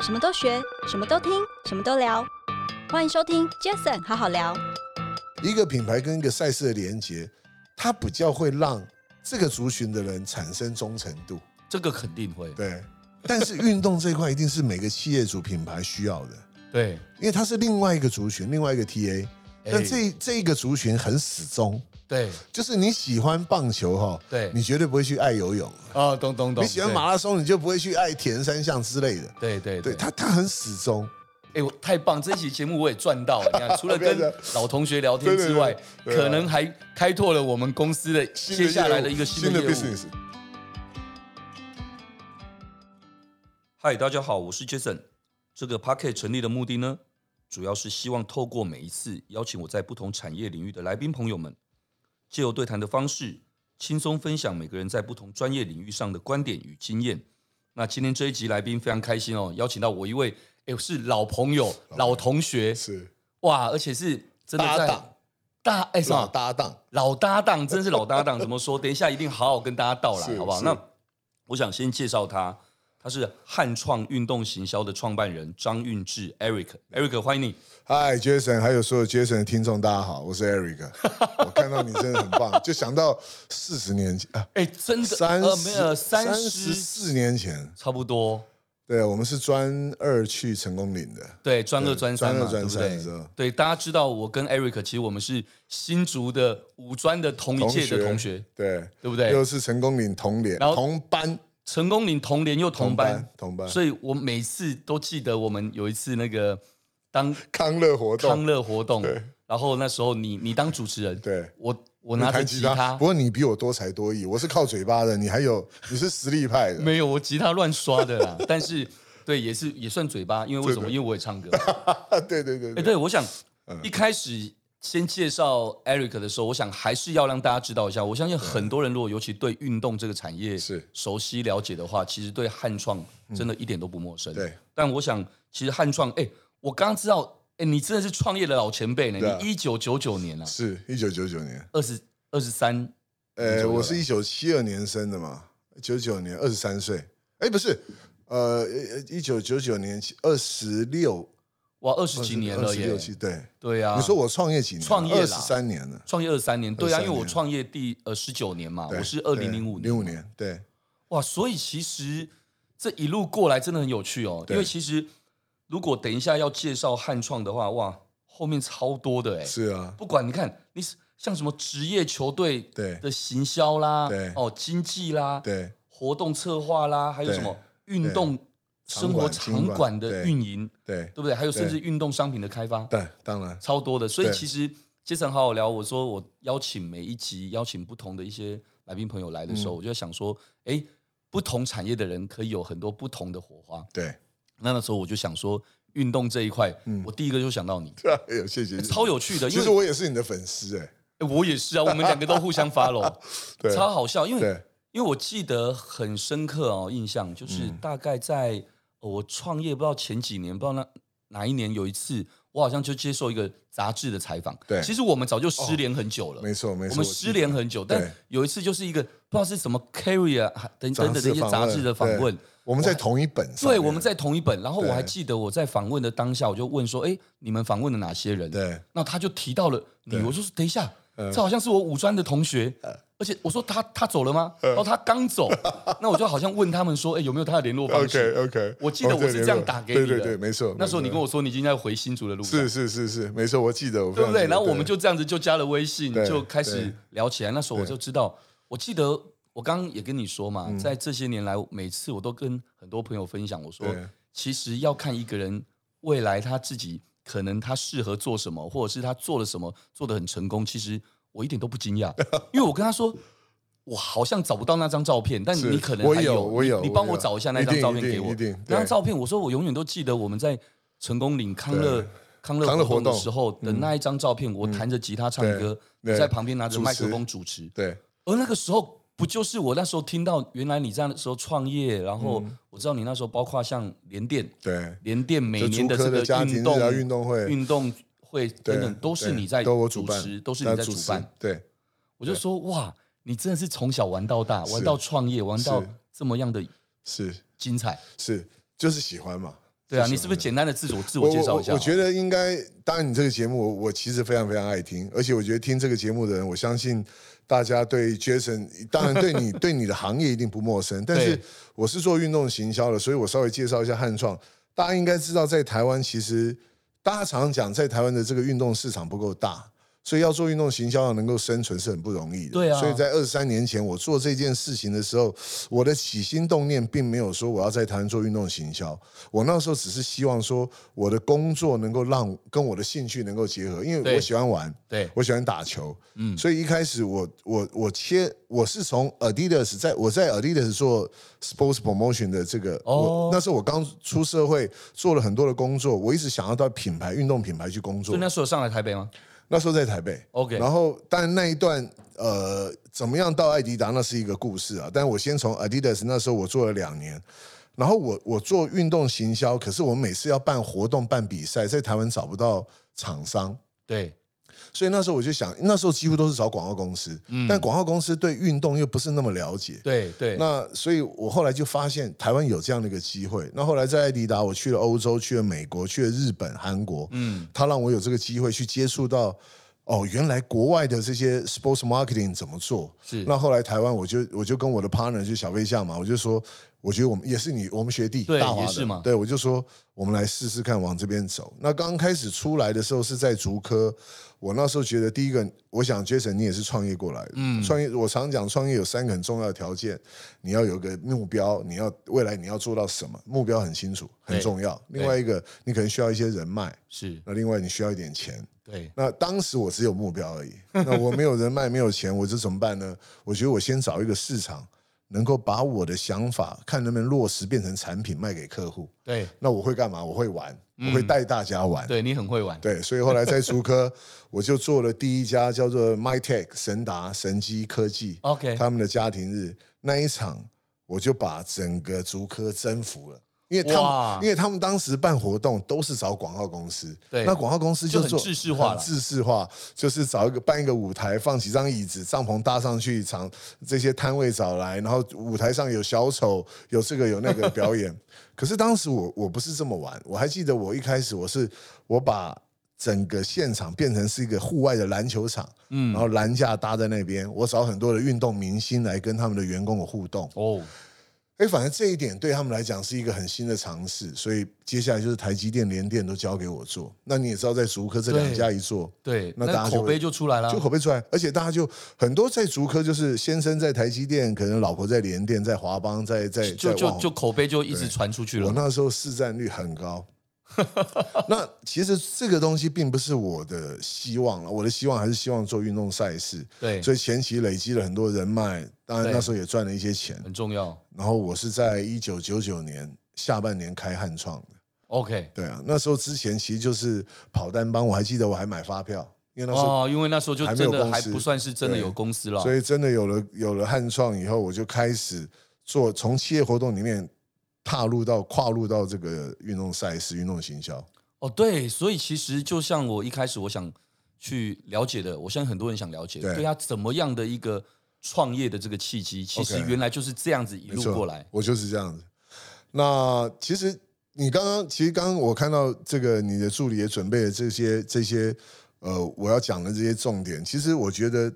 什么都学，什么都听，什么都聊。欢迎收听 Jason 好好聊。一个品牌跟一个赛事的连接，它比较会让这个族群的人产生忠诚度。这个肯定会。对，但是运动这一块一定是每个企业主品牌需要的，对，因为它是另外一个族群，另外一个 TA。但哎这这一个族群很死忠，对就是你喜欢棒球哈，对你绝对不会去爱游泳；哦，懂懂懂。你喜欢马拉松，你就不会去爱田三项之类的。对？对对对对，他，他很死忠。哎，我太棒！这期节目我也赚到了。你 看，除了跟不要这样老同学聊天之外对，对对对啊可能还开拓了我们公司的新的业接务下来的一个新的业务。 business。嗨，大家好，我是 Jason。这个 Pocket 成立的目的呢，主要是希望透过每一次邀请我在不同产业领域的来宾朋友们，借由对谈的方式，轻松分享每个人在不同专业领域上的观点与经验。那今天这一集来宾非常开心哦，邀请到我一位，哎，是老朋友、老同学，是哇，而且是真的搭在档大哎什老么搭档，老搭档，真是老搭档。怎么说？等一下一定好好跟大家道来，是好不好？是那我想先介绍他，他是汉创运动行销的创办人张运志 Eric。Eric，欢迎你。嗨，Jason，还有所有 Jason 的听众，大家好，我是 Eric。我看到你真的很棒，就想到四十年前啊，哎，真的三呃没有十三十十四年前，差不多。对我们是专二去成功岭的，对，专二对专三嘛，专二专三对不你知对道？对，大家知道我跟 Eric 其实我们是新竹的五专的同一届的同学，对对不对又是成功岭同联然后同班成功岭同联又同班，同班，所以我每次都记得我们有一次那个当康乐活康动，乐活动对，然后那时候你你当主持人，对我我你拿着弹吉他不，过你比我多才多艺，我是靠嘴巴的，你还有你是实力派的，没有我吉他乱刷的啦， 但是对也是也算嘴巴，因为为什么？因为我 也唱歌。 对对对哎，对，对，我想嗯一开始先介绍 Eric 的时候，我想还是要让大家知道一下，我相信很多人如果尤其对运动这个产业是嗯熟悉了解的话，其实对汉创真的一点都不陌生。对，但我想其实汉创，哎，我刚刚知道，哎，你真的是创业的老前辈对呢啊，你一九九九年啊，是一九九九年。二十二十三。呃，左右我了是一九七二年生的嘛，九九年二十三岁。哎，不是，呃，一九九九年二十六，哇，二十几年了26耶！七对。对啊，你说我创业几年？创业啦二十三年了。创业二三年，对啊， 23因为我年创业第呃十九年嘛，对我是二零零五对年，零五年，对哇，所以其实这一路过来真的很有趣哦，对因为其实如果等一下要介绍汉创的话，哇，后面超多的哎，是啊，不管你看你是像什么职业球队对的行销啦，对哦经济啦，对活动策划啦，还有对什么运动生活场馆场馆经的管运营，对对不对？还有甚至运动商品的开发，对，当然超多的。所以对其实杰森好好聊，我说我邀请每一集邀请不同的一些来宾朋友来的嗯时候，我就在想说，哎，不同产业的人可以有很多不同的火花。对。 那那时候我就想说，运动这一块，我第一个就想到你，对啊，哎呦，谢谢。谢谢超有趣的，嗯因其为实我也是你的粉丝哎，诶我也是啊，我们两个都互相 follow， 对超好笑，因为对因为我记得很深刻哦，印象就是嗯大概在、呃我创业不知道前几年，不知道那哪一年有一次，我好像就接受一个杂志的采访。对哦其实我们早就失联很久了，没错没错我们失联很久，记得但有一次就是一个不知道是什么 Carrier 还等杂等志等的一些访杂问志的访问。我们在同一本上面，对，我们在同一本，然后我对还记得我在访问的当下，我就问说：“哎，你们访问了哪些人？”对那他就提到了你，我就说等一下，呃这好像是我五专的同学，而且我说他他走了吗？呃然后他 刚走，那我就好像问他们说，哎，有没有他的联络方 OK 式？ OK，我记得我是这样打给你的哦对对对，没错。那时候你没错跟我说你已经在回新竹的路上是，是是是，没错，我记得，我非对常不记对？得然后我们就这样子就加了微信，对就开始对嗯聊起来。那时候我就知道，我记得我刚刚也跟你说嘛，在这些年来，每次我都跟很多朋友分享，我说对其实要看一个人未来他自己可能他适合做什么，或者是他做了什么做得很成功，其实我一点都不惊 讶，因为我跟他说。我好像找不到那张照片，但是你可能我还有有，我有你你我帮我有找一下那一张定照一片定给我一定。那张对照片，我说我永远都记得我们在成功岭康乐对康乐康乐活活动动的时候的那一张照片，我弹着吉他唱歌，嗯对你在旁边拿着主持麦克风主持。对而那个时候，不就是我那时候听到，原来你这样的时候创业，然后嗯我知道你那时候包括像联电，对联电每就年竹这科个的家庭运日啊动运动会运动会对等等，都是对你在都我主办持，都是你在那主持办。对我就说哇，你真的是从小玩到大，玩到创业，玩到是这么样的是精彩。是就是喜欢嘛，对啊，谢谢你是不是简单的自我自我我介绍一下我好了？我觉得应该，当然你这个节目我，我其实非常非常爱听，而且我觉得听这个节目的人，我相信大家对 Jason，当然对 你对你的行业一定不陌生，但是对我是做运动行销的，所以我稍微介绍一下汉创。大家应该知道，在台湾其实大家常讲，在台湾的这个运动市场不够大。所以要做运动行销，能够生存是很不容易的。对啊所以在二十三年前我做这件事情的时候，我的起心动念并没有说我要在台湾做运动行销，我那时候只是希望说我的工作能够让跟我的兴趣能够结合，因为对我喜欢玩，对我喜欢打球，嗯所以一开始我我我切我是从 Adidas 在我在 Adidas 做 sports promotion 的这个，哦我那时候我刚出社会，做了很多的工作，我一直想要到品牌运动品牌去工所作以，那时候上来台北吗那时候在台北。 ？OK，然后，但那一段呃，怎么样到艾迪达那是一个故事啊。但我先从 Adidas 那时候我做了两年，然后我我做运动行销，可是我每次要办活动、办比赛，在台湾找不到厂商，对所以那时候我就想，那时候几乎都是找广告公司，但广告公司对运动又不是那么了解。对对，那所以，我后来就发现台湾有这样的一个机会。那后来在艾迪达，我去了欧洲，去了美国，去了日本、韩国，嗯他让我有这个机会去接触到哦，原来国外的这些 sports marketing 怎么做。是那后来台湾，我就我就跟我的 partner 就小飞象嘛，我就说，我觉得我们也是你我们学弟对大华也的是嘛对我就说我们来试试看往这边走。那刚开始出来的时候是在竹科，我那时候觉得第一个，我想 Jason 你也是创业过来的，嗯创业我常讲创业有三个很重要的条件，你要有个目标，你要未来你要做到什么，目标很清楚很对重要。另外一个，你可能需要一些人脉。是，那另外你需要一点钱。对那当时我只有目标而 已，那我没有人脉，没有钱，我这怎么办呢？我觉得我先找一个市场，能够把我的想法看能不能落实变成产品卖给客户。对那我会干嘛？我会玩，我会带大家玩。嗯对，你很会玩，对，所以后来在竹科， 我就做了第一家叫做 MyTech 神达神机科技 OK 他们的家庭日那一场，我就把整个竹科征服了。因为他哇们，因为他们当时办活动都是找广告公司，对那广告公司就就很做制式化很了制式化就是找一个办一个舞台，放几张椅子，帐篷搭上去，场这些摊位找来，然后舞台上有小丑，有这个有那个表演。可是当时我我不是这么玩，我还记得我一开始我是我把整个现场变成是一个户外的篮球场，嗯然后篮架搭在那边，我找很多的运动明星来跟他们的员工有互动。哦，哎，反正这一点对他们来讲是一个很新的尝试，所以接下来就是台积电、联电都交给我做。那你也知道，在竹科这两对啊家一做，对，那大家那就口会碑就出来了就，口碑出来，而且大家就很多在竹科，就是先生在台积电，可能老婆在联电，在华邦，在在在就旺就宏就口碑就一直传出去我了，那时候市占率很 高。那其实这个东西并不是我的希望了，我的希望还是希望做运动赛事，对，所以前期累积了很多人脉，当然对那时候也赚了一些钱。很重要。然后我是在一九九九年下半年开汉创的， OK，对啊，那时候之前其实就是跑单帮，我还记得我还买发票，因为那时候哦，因为那时候就还没有真的公还司不算是真哦的对有公司了，所以真的有了有了汉创以后，我就开始做从企业活动里面踏入到跨入到这个运动赛事、运动行销。哦，对，所以其实就像我一开始我想去了解的，我相信很多人想了解，对对他怎么样的一个创业的这个契机，其实 OK 原来就是这样子一路没错过来，我就是这样子。那其实你刚刚，其实刚刚我看到这个，你的助理也准备了这些这些呃，我要讲的这些重点。其实我觉得，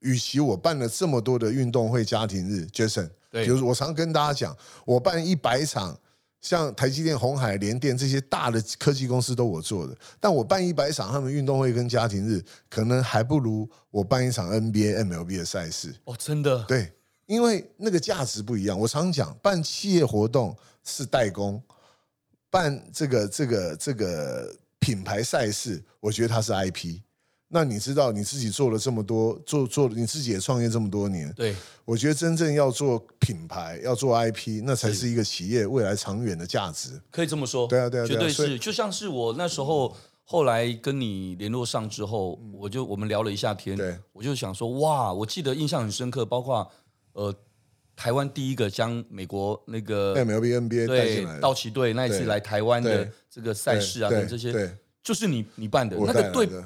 与其我办了这么多的运动会家庭日，Jason，对比如说我常跟大家讲，我办一百场。像台积电、红海、联电这些大的科技公司都我做的，但我办一百场他们运动会跟家庭日，可能还不如我办一场 NBA、MLB 的赛事。哦，真的，对，因为那个价值不一样。我常讲，办企业活动是代工，办这个这个这个品牌赛事，我觉得它是 IP。那你知道你自己做了这么多，做做你自己也创业这么多年，对我觉得真正要做品牌，要做 IP，那才是是一个企业未来长远的价值。可以这么说，对啊对啊绝对啊对所是，以就像是我那时候后来跟你联络上之后，我就我们聊了一下天，嗯对我就想说，哇，我记得印象很深刻，包括呃，台湾第一个将美国那个 MLB、NBA 带进呃对来的，道奇队那一次对来台湾的对这个赛事啊，对跟这些对，就是你你办的，我那带个来对的。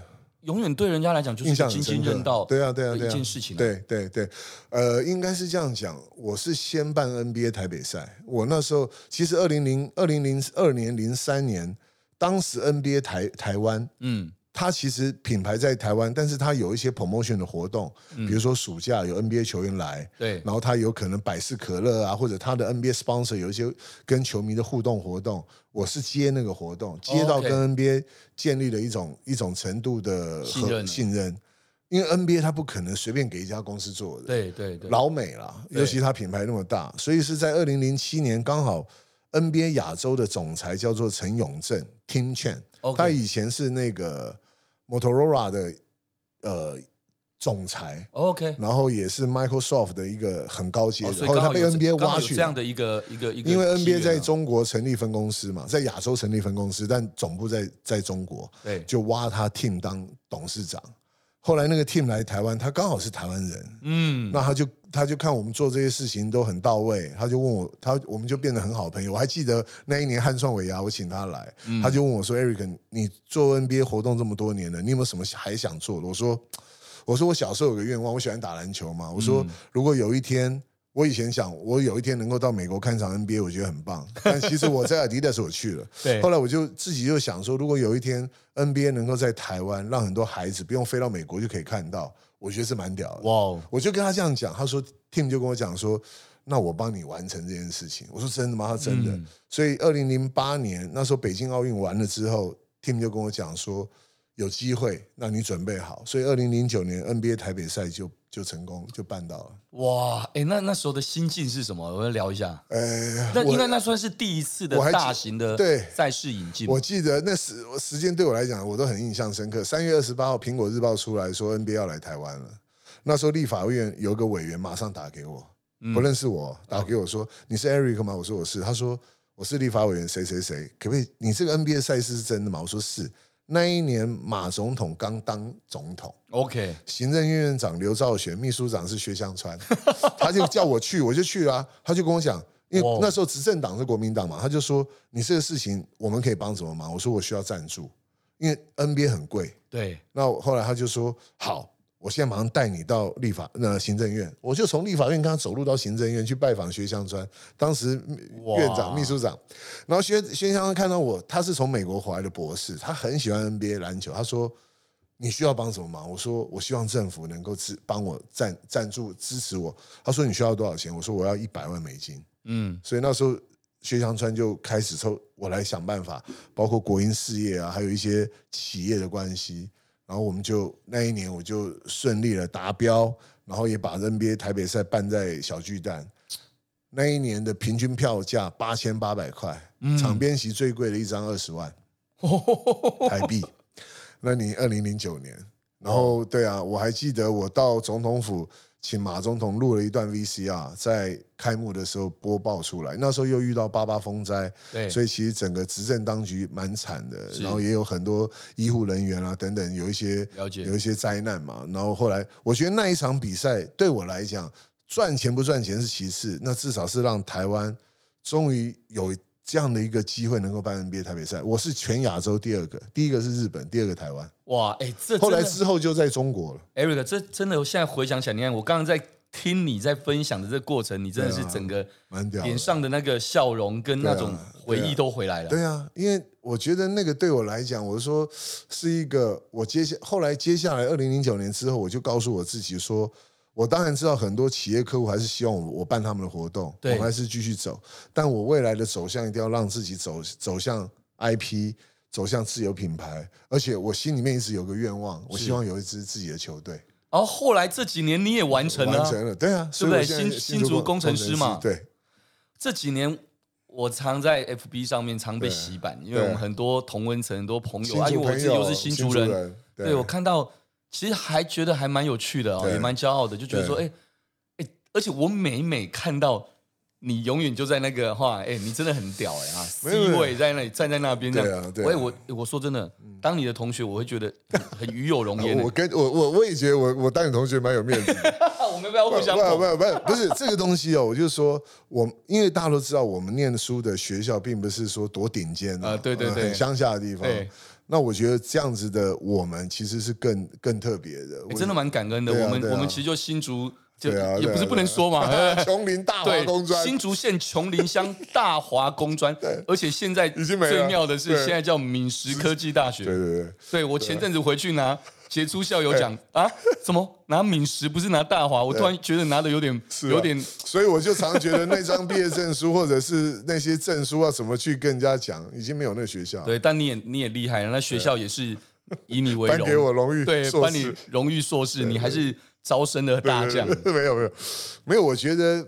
永远对人家来讲就是印象津很津深刻认道对啊，对啊，的对一啊，件事情啊。对对对，呃，应该是这样讲。我是先办 NBA 台北赛，我那时候其实二零零二零零二年零三年，当时 NBA 台台湾，嗯它其实品牌在台湾，但是它有一些 promotion 的活动，嗯比如说暑假有 NBA 球员来，对然后它有可能百事可乐啊，或者它的 NBA sponsor 有一些跟球迷的互动活动，我是接那个活动，接到哦 OK 跟 NBA 建立了一种一种程度的合信任了信任，因为 NBA 它不可能随便给一家公司做的，对对对，老美啦，对尤其它品牌那么大，所以是在二零零七年刚好 NBA 亚洲的总裁叫做陈永正 Tim Chen，、 OK 他以前是那个 Motorola 的呃总裁， OK，然后也是 Microsoft 的一个很高阶哦的，所然以后刚他好被有这 NBA 刚好挖有去这。样的一个一个一个，啊因为 NBA 在，中国成立分公司嘛，在亚洲成立分公司，但总部在在中国，对，就挖他 Tim 当董事长。后来那个 Tim 来台湾，他刚好是台湾人，嗯，那他就他就看我们做这些事情都很到位，他就问我，他我们就变得很好朋友。我还记得那一年汉创尾牙，我请他来，嗯他就问我说：“Eric，你做 NBA 活动这么多年了，你有没有什么还想做的？”我说：“我说我小时候有个愿望，我喜欢打篮球嘛。我说、嗯如果有一天。”我以前想，我有一天能够到美国看场 NBA，我觉得很棒。 但其实我在 Adidas 我去了，对后来我就自己就想说，如果有一天 NBA 能够在台湾让很多孩子不用飞到美国就可以看到，我觉得是蛮屌的。哇哦，我就跟他这样讲，他说 Tim 就跟我讲说，那我帮你完成这件事情。我说真的吗？他说真的。嗯所以二零零八年那时候北京奥运完了之后，Tim 就跟我讲说有机会，那你准备好。所以二零零九年 NBA 台北赛就就成功就办到了。哇，哎，那那时候的心境是什么？我们聊一下。呃，那应该我那算是第一次的我还记大型的对赛事引进吧，我记得那时时间对我来讲我都很印象深刻。三月二十八号，《苹果日报》出来说 NBA 要来台湾了。那时候立法院有个委员马上打给我，不认识我，打给我说：“你是 Eric 吗？”我说：“我是。”他说：“我是立法委员谁谁谁，可不可以？你这个 NBA 赛事是真的吗？”我说：“是。”那一年马总统刚当总统， OK，行政院院长刘兆玄，秘书长是薛湘川，他就叫我去，我就去了啊、他就跟我讲，因哇为那时候执政党是国民党嘛，他就说你这个事情我们可以帮什么忙？我说我需要赞助，因为 NBA 很贵。对，那我后来他就说好。我现在马上带你到立法那行政院，我就从立法院跟他走路到行政院去拜访薛湘川，当时哇院长、秘书长。然后薛薛湘川看到我，他是从美国回来的博士，他很喜欢 NBA 篮球，他说你需要帮什么忙？我说我希望政府能够支帮我赞赞助支持我。他说你需要多少钱？我说我要一百万美金。 嗯，所以那时候薛湘川就开始抽我来想办法，包括国营事业啊，还有一些企业的关系。然后我们就那一年我就顺利了达标，然后也把 NBA 台北赛办在小巨蛋。那一年的平均票价八千八百块，场边席最贵的一张二十万。 台币。那你二零零九年，然后对啊，我还记得我到总统府请马总统录了一段 VCR，在开幕的时候播报出来。那时候又遇到八八风灾，对，所以以其实整个执政当局蛮惨的，哎是然后也有很多医护人员啊等等有一些了解有一些灾难嘛。然后后来我觉得那一场比赛对我来讲，赚钱不赚钱是其次，那至少是让台湾终于有这样的一个机会能够办 NBA 台北赛。我是全亚洲第二个，第一个是日本，第二个台湾。哇，哎，这后来真的之后就在中国了。 Eric，这真的，我现在回想起来，你看我刚刚在听你在分享的这个过程，你真的是对啊整个蛮屌的脸上的那个笑容跟那种对啊回忆都回来了。对啊，因为我觉得那个对我来讲，我说是一个我接下后来接下来二零零九年之后，我就告诉我自己说，我当然知道很多企业客户还是希望我我办他们的活动，我对还是继续走，但我未来的走向一定要让自己走走向 IP。走向自由品牌，而且我心里面一直有个愿望，我希望有一支自己的球队，然后后来这几年你也完成了完啊，成了，对啊，所以我对现在新新竹工程师嘛对，这几年。我常在 FB 上面常被对洗版，因为对我们很多同温层、很多朋友，新啊因竹为我自朋己友又是新竹族人，人，对我看到，其实还觉得还蛮有趣的哦，对也蛮骄傲的，就觉得说，哎对哎、而且我每每看到你，永远就在那个话，哎、你真的很屌哎、啊没有没，C 有位在那里站在那边这样，对啊嗯对啊我哎我哎我说真的，当你的同学，我会觉得很与 有荣焉、呃我我欸。跟我我我也觉得我我当你同学蛮有面子的，我们要不要不 互相不捧？不不不是这个东西哦，我就说我因为大家都知道，我们念书的学校并不是说多顶尖的、呃啊对对对很乡下的地方对。那我觉得这样子的我们其实是更更特别的，欸真的蛮感恩的。对啊我们对啊我们其实就新竹，就对啊也不对是啊不能说 嘛，琼林大华对工，专新竹县琼林乡大华工专，而且现在已经没了最妙的是，对现在叫闽石科技大学。对对对，对我前阵子回去拿杰出校友奖啊，怎么拿闽石不是拿大华？我突然觉得拿的有点是啊有点所以我就常觉得那张毕业证书或者是那些证书要怎么去跟人家讲，已经没有那个学校对，但你也你也厉害，那学校也是以你为颁荣，给我荣誉对，硕颁你士，荣誉硕士，你还是招生的大将。 没有没有没有，我觉得。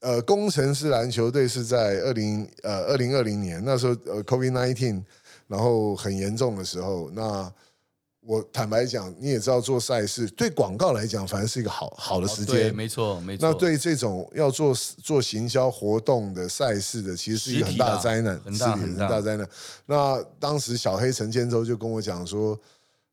呃，工程师篮球队是在二零呃二零二零年那时候呃 COVID nineteen，然后很严重的时候，那我坦白讲，你也知道做赛事对广告来讲，反正是一个好好的时哦对，间。没错，没错。那对这种要做做行销活动的赛事的，其实是一个实很体大啦的灾难，很大是很很大大灾难。那当时小黑陈建州就跟我讲说，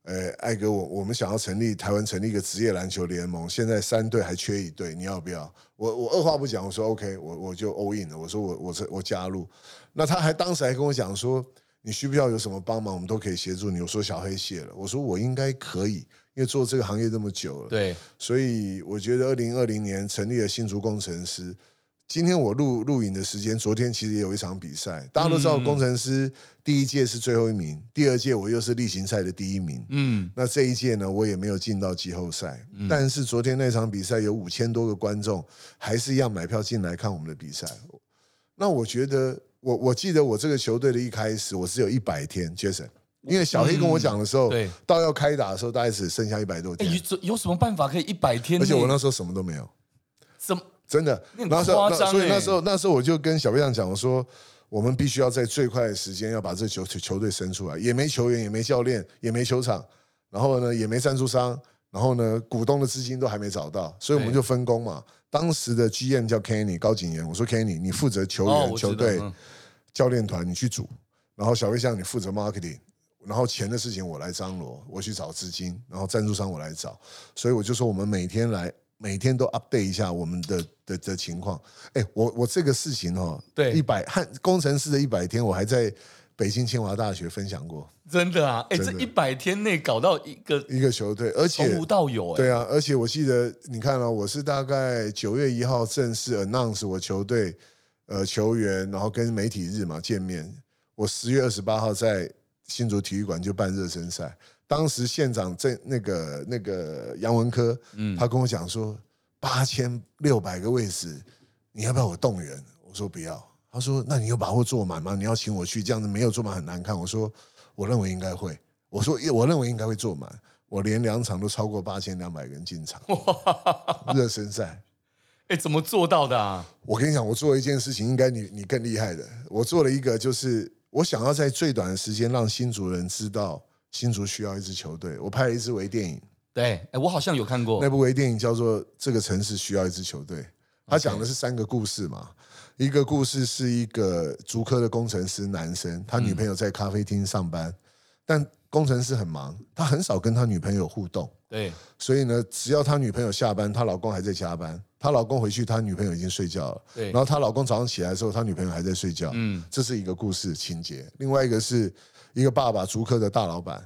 呃，艾哥，我我们想要成立台湾成立一个职业篮球联盟，现在三队还缺一队，你要不要？我我二话不讲，我说 OK，我我就 all in 了，我说我我我加入。那他还当时还跟我讲说，你需不需要有什么帮忙，我们都可以协助你。我说小黑谢了，我说我应该可以，因为做这个行业这么久了。对，所以我觉得二零二零年成立了新竹工程师。今天我录录影的时间，昨天其实也有一场比赛，大家都知道嗯工程师第一届是最后一名，第二届我又是例行赛的第一名。嗯，那这一届呢，我也没有进到季后赛，但是昨天那场比赛有五千多个观众，还是一样买票进来看我们的比赛。那我觉得，我我记得我这个球队的一开始，我只有一百天，Jason，因为小黑跟我讲的时候，嗯对到要开打的时候，大概只剩下一百多哎，天，有怎有什么办法可以一百天而内？且我那时候什么都没有。怎么？真的。你很然后时候夸那张所以欸那时候那时候我就跟小贝酱讲，我说我们必须要在最快的时间要把这球球球队生出来，也没球员，也没教练，也没球场，然后呢也没赞助商，然后呢股东的资金都还没找到，所以我们对就分工嘛。当时的 GM 叫 Kenny 高景炎，我说 Kenny 你负责球哦员、，我球知道，队、嗯教练团，你去组，然后小贝酱你负责 marketing。然后钱的事情我来张罗，我去找资金，然后赞助商我来找，所以我就说我们每天来，每天都 update 一下我们的的的情况。哎，我我这个事情哦，对一百汉工程师的一百天，我还在北京清华大学分享过真的啊，哎，这真的一百天内搞到一个一个球队，而从且无到有，哎，对啊，而且我记得你看啊，我是大概九月一号正式 announce 我球队呃球员，然后跟媒体日嘛见面。我十月二十八号在新竹体育馆就办热身赛，当时县长正那个那个杨文科，嗯他跟我讲说八千六百个位置，你要不要我动员？我说不要。他说那你有把握做满吗？你要请我去，这样子没有做满很难看。我说我认为应该会，我说我认为应该会做满。我连两场都超过八千两百人进场，热身赛。哎，怎么做到的啊？我跟你讲，我做了一件事情，应该你你更厉害的。我做了一个，就是我想要在最短的时间让新竹人知道新竹需要一支球队。我拍了一支微电影，对，哎，我好像有看过那，部微电影叫做《这个城市需要一支球队》，它讲的是三个故事嘛。一个故事是一个竹科的工程师男生，他女朋友在咖啡厅上班，但工程师很忙，他很少跟他女朋友互动。对，所以呢，只要她女朋友下班，她老公还在加班。她老公回去，她女朋友已经睡觉了。对然后她老公早上起来的时候，她女朋友还在睡觉。嗯，这是一个故事情节。另外一个是一个爸爸，竹科的大老板，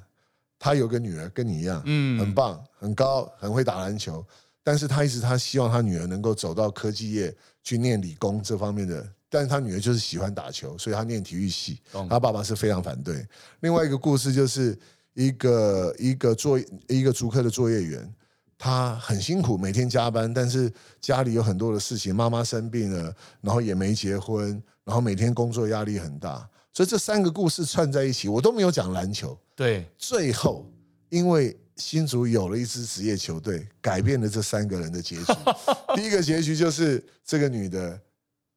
他有个女儿跟你一样，嗯很棒，很高，很会打篮球。但是他一直他希望他女儿能够走到科技业去念理工这方面的，但是他女儿就是喜欢打球，所以他念体育系懂。他爸爸是非常反对。另外一个故事就是一个一个作一个足科的作业员，他很辛苦，每天加班，但是家里有很多的事情，妈妈生病了，然后也没结婚，然后每天工作压力很大，所以这三个故事串在一起，我都没有讲篮球。对，最后，因为新竹有了一支职业球队，改变了这三个人的结局。第一个结局就是这个女的，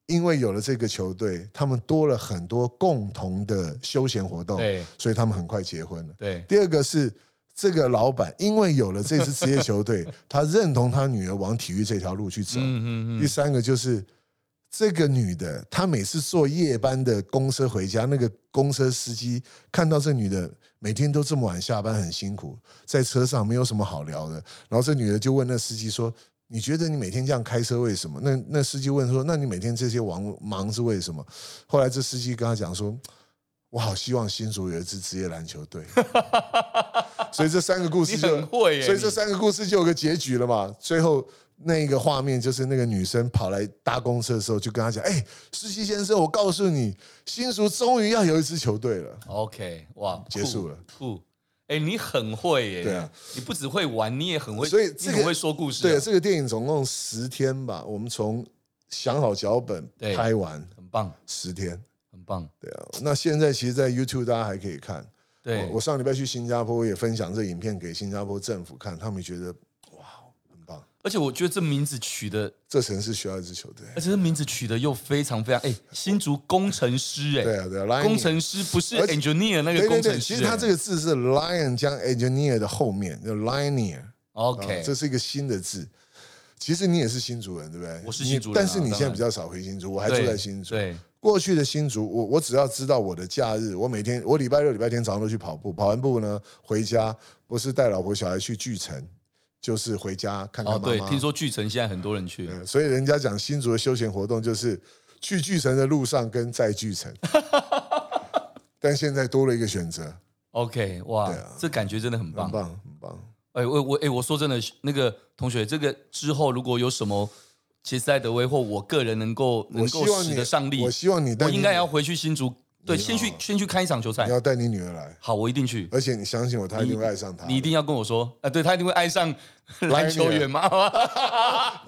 因为有了这个球队，他们多了很多共同的休闲活动，对，所以他们很快结婚了。对，第二个是这个老板，因为有了这支职业球队，他认同他女儿往体育这条路去走。嗯嗯第嗯，三个就是这个女的，她每次坐夜班的公车回家，那个公车司机看到这女的每天都这么晚下班，很辛苦，在车上没有什么好聊的。然后这女的就问那司机说：“你觉得你每天这样开车为什么？”那那司机问说：“那你每天这些忙忙是为什么？”后来这司机跟他讲说。 我好希望新竹有一支职业篮球 队。所以这三个故事你就很会耶所以这哎你三个故事就有个结局了嘛。最后那个画面就是那个女生跑来搭公车的时候，就跟他讲：“哎、司机先生，我告诉你，新竹终于要有一支球队了。 OK，哇，结酷束了，酷。哎、你很会耶！对啊，你不只会玩，你也很会，所以这个你很会说故”事啊、对，这个电影总共十天吧，我们从想好脚本对拍完很棒，十天。很棒。对啊，那现在其实，在 YouTube 大家还可以看。对，我我上礼拜去新加坡，我也分享这影片给新加坡政府看，他们觉得哇，很棒，而且我觉得这名字取的，这城市需要一支球队。而且这名字取的又非常非常，哎、新竹工程师、哎、对啊，对啊，Lion 工程师不是而且 engineer 那对个对工程对，师，啊其实它这个个字是 lion 加 engineer 的后面，叫 linear，、啊 OK，、这是一个新的字。其实你也是新竹人，对不对？我是你新竹人啊但是你现当在然比较少回新竹，我还住对在新竹。对，过去的新竹，我我只要知道我的假日，我每天我礼拜六、礼拜天早上都去跑步，跑完步呢回家，不是带老婆小孩去巨城，就是回家看看哦妈妈。对，听说巨城现在很多人去，嗯所以人家讲新竹的休闲活动就是去巨城的路上跟在巨 城，但现在多了一个选择， OK，哇，对啊这感觉真的很棒很。棒很棒。哎、我我哎、我说真的，那个同学，这个之后如果有什么杰斯艾德威或我个人能够能我希够望使你得上力，我希望你带我你应该也要回去新竹，对，你要先去先去看一场球赛你。要带你女儿来，好，我一定去。而且你相信我，她一定会爱上他。你一定要跟我说，啊，对他一定会 爱上篮球员吗？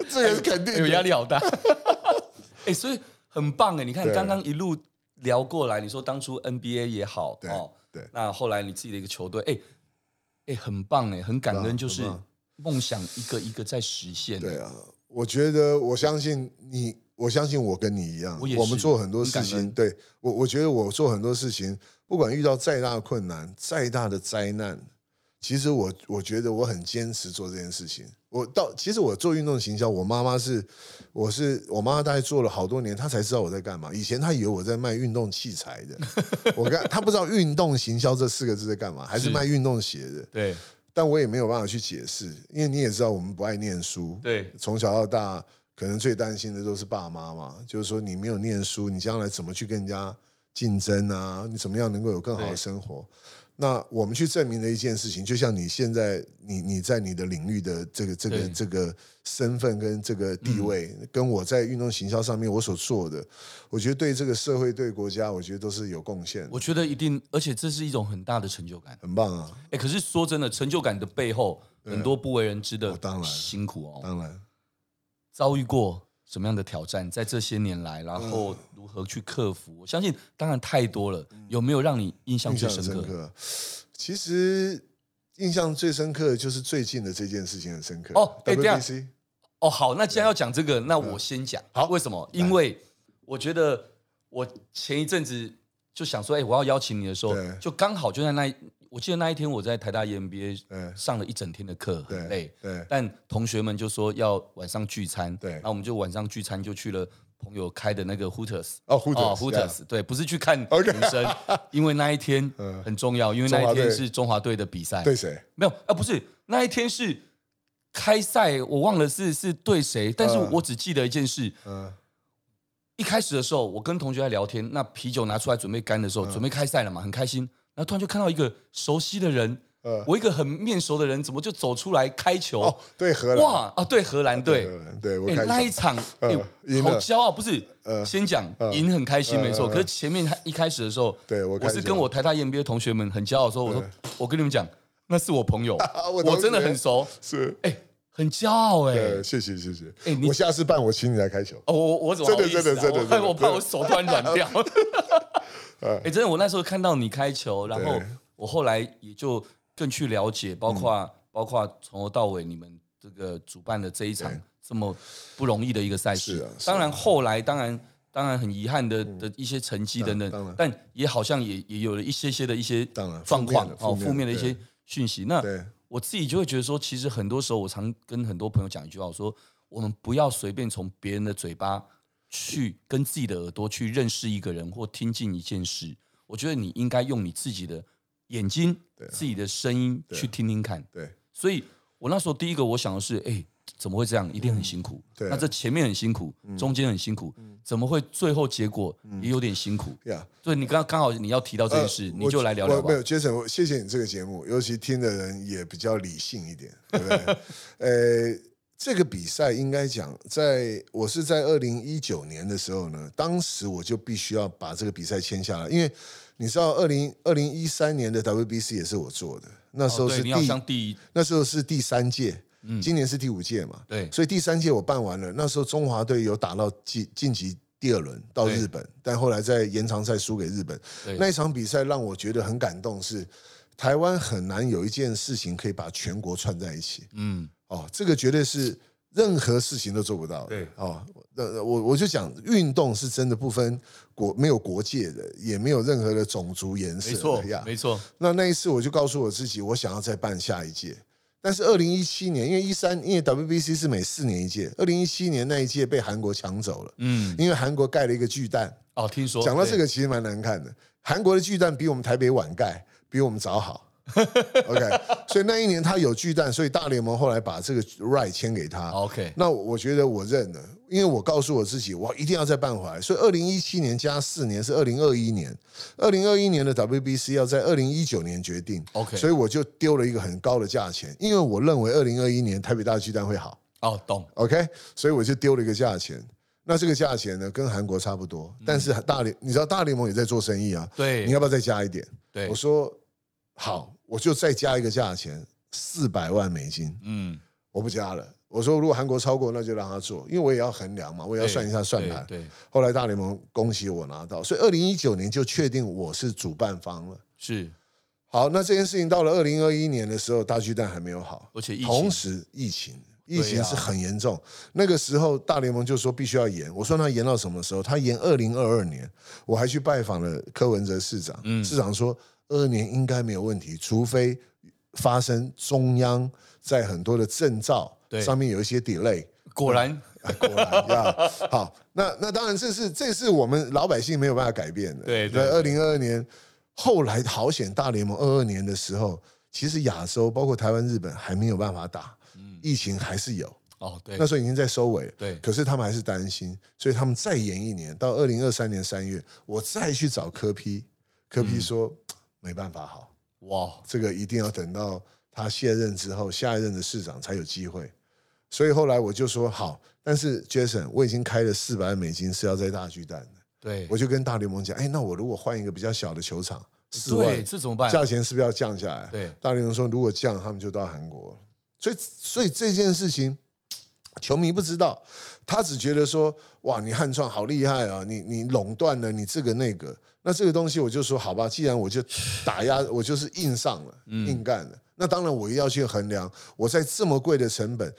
这个是肯 定的有压力好 大。哎、所以很棒哎！你看对刚刚一路聊过来，你说当初 NBA 也好对哦，对那后来你自己的一个球队，哎、哎、很棒哎，很感很恩，棒就是很棒梦想一个一个在实现。对啊，我觉得我相信你，我相信我跟你一样，我也是们做很多事很感情，恩对我我觉得我做很多事情，不管遇到再大的困难、再大的灾难，其实我我觉得我很坚持做这件事情。我到其实我做运动行销，我妈妈是我是我妈妈大概做了好多年，她才知道我在干嘛。以前她以为我在卖运动器材 的，我跟她不知道运动行销这四个字在干嘛，还是是卖运动鞋的。对但我也没有办法去解释，因为你也知道我们不爱念书，对从小到大，可能最担心的都是爸妈嘛，就是说你没有念书，你将来怎么去跟人家竞争啊？你怎么样能够有更好的生活？那我们去证明的一件事情，就像你现在，你你在你的领域的这个这个对这个身份跟这个地位，跟我在运动行销上面我所做的，我觉得对这个社会、对国家，我觉得都是有贡献的，我觉得一定，而且这是一种很大的成就感。很棒啊！哎、可是说真的，成就感的背后，很多不为人知的哦当然辛苦哦。当然，遭遇过什么样的挑战，在这些年来，然后如何去克服？我相信，当然太多了。有没有让你印象嗯印最象深很刻？深刻。其实印象最深刻的就是最近的这件事情很深刻哦哎等一下，WBC 哦，好，那既然要讲这个，那我先讲。嗯好，为什么？因为我觉得我前一阵子就想说，哎、我要邀请你的时候对，就刚好就在那一，我记得那一天我在台大 E EMBA 对上了一整天的课，很累对。对但同学们就说要晚上聚餐，对那我们就晚上聚餐就去了朋友开的那个 Hooters，哦，Hooters，哦 yeah Hooters，对，不是去看 OK 女生， 因为那一天嗯很重要，因为那中一华队天是中华队的比赛，对谁？没有啊，不是那一天是开赛，我忘了是是对谁，但是嗯我只记得一件事，嗯，一开始的时候，我跟同学在聊天，那啤酒拿出来准备干的嗯时候，准备开赛了嘛，很开心。然后突然就看到一个熟悉的人，嗯我一个很面熟的人，怎么就走出来开球？哦，对荷兰，哇啊，对荷兰队，荷兰，对我哎、看那一场，哎、嗯赢了好骄傲，不是？呃先讲呃赢很开心，呃没错。呃可是前面一开始的时候，对我我看是一下跟我台大 EMBA 同学们很骄傲地说，我说我跟你们讲，那是我朋友， 我同我真的学很熟，是，哎、很骄傲哎、呃，谢谢谢谢哎你，我下次办我请你来开球，哦，我我怎么好意思啊、真的真的真的我我怕我手突然软 掉。哎、真的，我那时候看到你开球，然后对我后来也就更去了解，包括、嗯包括从头到尾你们这个主办的这一场对这么不容易的一个赛事。是啊是啊嗯当然后来当然当然很遗憾的、的一些成绩等等，当然但也好像也也有了一些些的一些当然状况负面的哦，负负面面的的一些对讯息。那对我自己就会觉得说，其实很多时候我常跟很多朋友讲一句话，我说我们不要随便从别人的嘴巴去跟自己的耳朵去认识一个人或听进一件事。我觉得你应该用你自己的眼睛、自己的声音去听听看。啊对啊所以我那时候第一个我想的是，哎、怎么会这样？一定很辛苦。对啊嗯那这前面很辛苦，中间很辛苦，怎么会最后结果也有点辛苦？呀、yeah.。对你刚刚好你要提到这件事，嗯呃你我就来聊聊我吧没。有，Jason，我谢谢你这个节目，尤其听的人也比较理性一点，对 不对？呃，这个比赛应该讲，在我是在二零一九年的时候呢，当时我就必须要把这个比赛签下来，因为你知道，二零二零一三年的 WBC 也是我做的，那时候哦对是你第、好像嗯第一那时候是第三届，今年是第五届嘛，对所以第三届我办完了，那时候中华队有打到晋晋级第二轮到对日本，但后来在延长赛输给日本对。那一场比赛让我觉得很感动是，台湾很难有一件事情可以把全国串在一起。嗯，哦，这个绝对是任何事情都做不到的。对哦，那我我就讲，运动是真的不分国，没有国界的，也没有任何的种族颜色没的错呀，没错，那那一次我就告诉我自己，我想要再办下一届。但是二零一七年，因为一三，因为 WBC 是每四年一届，二零一七年那一届被韩国抢走了，嗯，因为韩国盖了一个巨蛋。哦，听说讲到这对个其实蛮难看的，韩国的巨蛋比我们台北晚盖，比我们早好。OK，所以 那一年他有巨蛋，所以大联盟后来把这个 right 签给他。哦，OK，那我我觉得我认了，因为我告诉我自己，我一定要再办回来。所以二零一七年加四年是二零二一年，二零二一年的 WBC 要在二零一九年决定。 OK 所以我就丢了一个很高的价钱，因为我认为二零二一年台北大巨蛋会好。哦，懂， OK，所以我就丢了一个价钱。那这个价钱呢，跟韩国差不多，但是大联，你知道大联盟也在做生意啊，嗯对你要不要再加一点？对我，说好，我就再加一个价钱，四百万美金。嗯，我不加了。我说如果韩国超过，那就让他做，因为我也要衡量嘛，我也要对算一下算盘。对，对后来大联盟恭喜我拿到，所以二零一九年就确定我是主办方了。是，好，那这件事情到了二零二一年的时候，大巨蛋还没有好，而且疫情同时疫情，疫对情啊是很严重。那个时候大联盟就说必须要延，我说那延到什么时候？他延二零二二年，我还去拜访了柯文哲市长，嗯市长说二二年应该没有问题，除非发生中央在很多的证照对上面有一些 delay。果然哎果然呀，好，那那当然这是这是我们老百姓没有办法改变的。对对在二零二二年后来好险大联盟二二年的时候，其实亚洲包括台湾、日本还没有办法打，疫情还是有，哦，嗯对那，时候已经在收尾了。对可是他们还是担心，所以他们再延一年，到二零二三年三月，我再去找柯批，柯嗯批说、没办法好，哇，这个一定要等到他卸任之后，下一任的市长才有机会。所以后来我就说好，但是 Jason，我已经开了四百万美金是要在大巨蛋的，对我，就跟大联盟讲，哎，那我如果换一个比较小的球场，四对，万这怎么办？价钱是不是要降下来？对大联盟说如果降，他们就到韩国了。所以，所以这件事情，球迷不知道，他只觉得说，哇，你汉创好厉害啊，你你垄断了你这个那个。那这个东西我就说好吧，既然我就打压，我就是硬上了，硬干了。那当然我也要去衡量，我在这么贵的成本。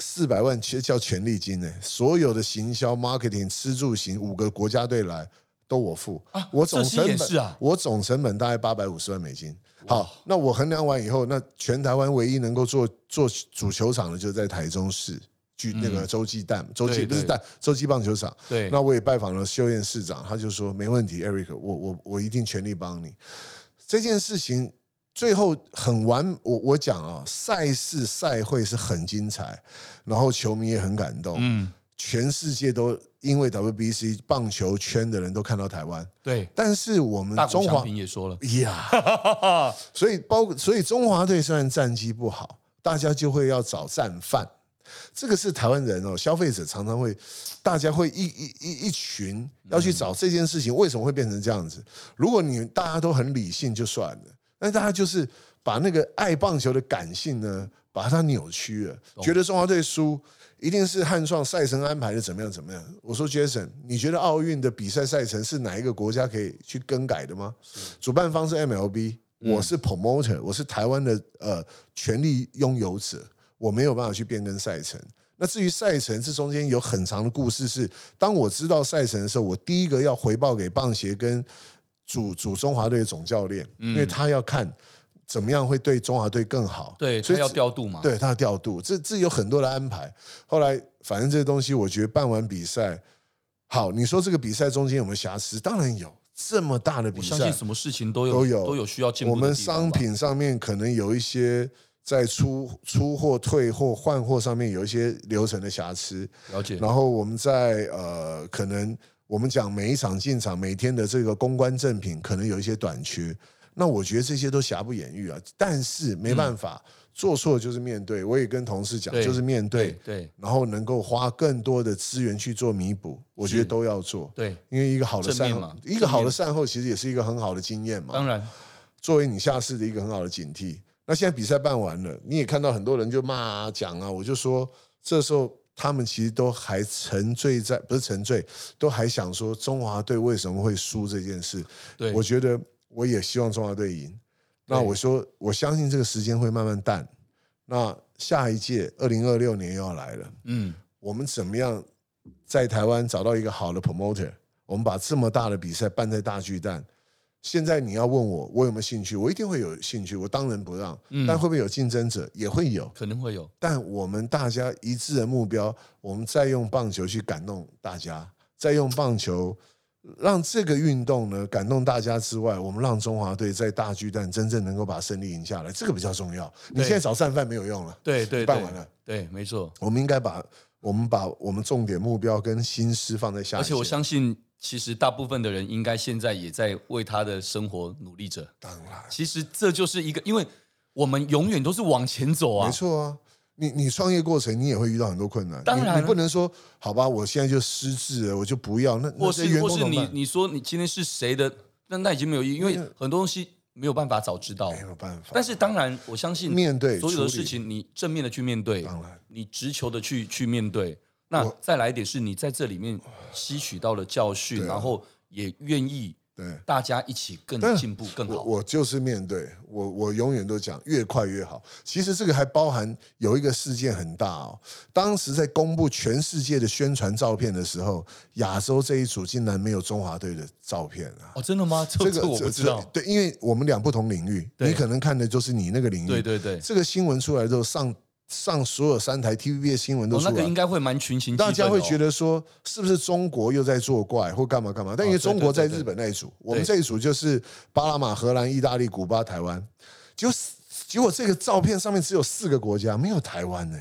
四百万其实叫权利金呢、所有的行销、marketing、吃住行五个国家队来都我付，啊我总这些成也本是啊我总成本大概八百五十万美金。好，那我衡量完以后，那全台湾唯一能够做做主球场的，就是在台中市，据那个洲际蛋，洲际嗯对不是对蛋，洲际棒球场。对，那我也拜访了修燕市长，他就说没问题，Eric，我我我一定全力帮你。这件事情最后很完，我我讲啊，赛事赛会是很精彩，然后球迷也很感动，嗯，全世界都因为 WBC 棒球圈的人都看到台湾，对，但是我们大中谷翔华平也说了，呀，所以包括所以中华队虽然战绩不好，大家就会要找战犯。这个是台湾人哦，消费者常常会，大家会一一一一群要去找这件事情为什么会变成这样子。如果你大家都很理性就算了，但大家就是把那个爱棒球的感性呢，把它扭曲了，觉得中华队输一定是汉创赛程安排的怎么样怎么样。我说 Jason，你觉得奥运的比赛赛程是哪一个国家可以去更改的吗？主办方是 MLB，我嗯是 promoter，、我是台湾的呃权利拥有者，我没有办法去变更赛程。那至于赛程，这中间有很长的故事是。当我知道赛程的时候，我第一个要回报给棒协跟主主中华队的总教练，嗯因为他要看怎么样会对中华队更好。对，他所以要这调度嘛，对他的调度，这这有很多的安排。后来反正这些东西，我觉得办完比赛，好，你说这个比赛中间有没有瑕疵？当然有，这么大的比我赛，相信什么事情都有都有都有需要进步我的们地方吧商品上面可能有一些在出出货、退货、换货上面有一些流程的瑕疵，了解，然后我们在呃，可能我们讲每一场进场每天的这个公关赠品，可能有一些短缺。那我觉得这些都瑕不掩瑜啊，但是没办法，做错就是面对。我也跟同事讲，嗯对就是面对，对然后能够花更多的资源去做弥补，我觉得是都要做。对，因为一个好的正善面后嘛，一个正好的面善后其实也是一个很好的经验嘛。当然作为你下次的一个很好的警惕。那现在比赛办完了，你也看到很多人就骂啊、讲啊，我就说这时候他们其实都还沉醉在，不是沉醉，都还想说中华队为什么会输这件事。对，我觉得我也希望中华队赢。那对我说，我相信这个时间会慢慢淡。那下一届二零二六年又要来了，嗯，我们怎么样在台湾找到一个好的 promoter？我们把这么大的比赛办在大巨蛋。现在你要问我，我有没有兴趣？我一定会有兴趣，我当仁不让。嗯但会不会有竞争者？也会有。可能会有，但我们大家一致的目标，我们再用棒球去感动大家，再用棒球让这个运动呢感动大家之外，我们让中华队在大巨蛋真正能够把胜利赢下来，这个比较重要。你对现在找战犯没有用了，对对，办对完了，对，没错。我们应该把我们把我们重点目标跟心思放在下一而届。且我相信，其实大部分的人应该现在也在为他的生活努力着。当然，其实这就是一个，因为我们永远都是往前走啊没。错啊。你你创业过程，你也会遇到很多困难。当你然你不能说好吧，我现在就失智了，我就不要。那那或这是员或工是怎么你办？你说你今天是谁的，那那已经没有意义，因为很多东西没有办法早知道没。有办法。但是当然，我相信面对所有的处理事情，你正面的去面对当然，你直球的去去面对。那再来一点是你在这里面吸取到了教训，对啊然后也愿意对。大家一起更对啊进步更我好。我就是面对我，我永远都讲越快越好。其实这个还包含有一个事件很大哦，当时在公布全世界的宣传照片的时候，亚洲这一组竟然没有中华队的照片啊！哦，真的吗？这这我不知道。这对，因为我们俩不同领域，对你可能看的就是你那个领域。对对对，这个新闻出来之后，上上所有三台 TVB 的新闻都哦，出那来，个应该会蛮群情激愤的哦、大家会觉得得说，是不是中国又在作怪或干嘛干嘛？但因为哦对中国在对对日本那一组，我们这一组就是巴拿马、荷兰、意大利、古巴、台湾，结果结果这个照片上面只有四个国家，没有台湾 呢、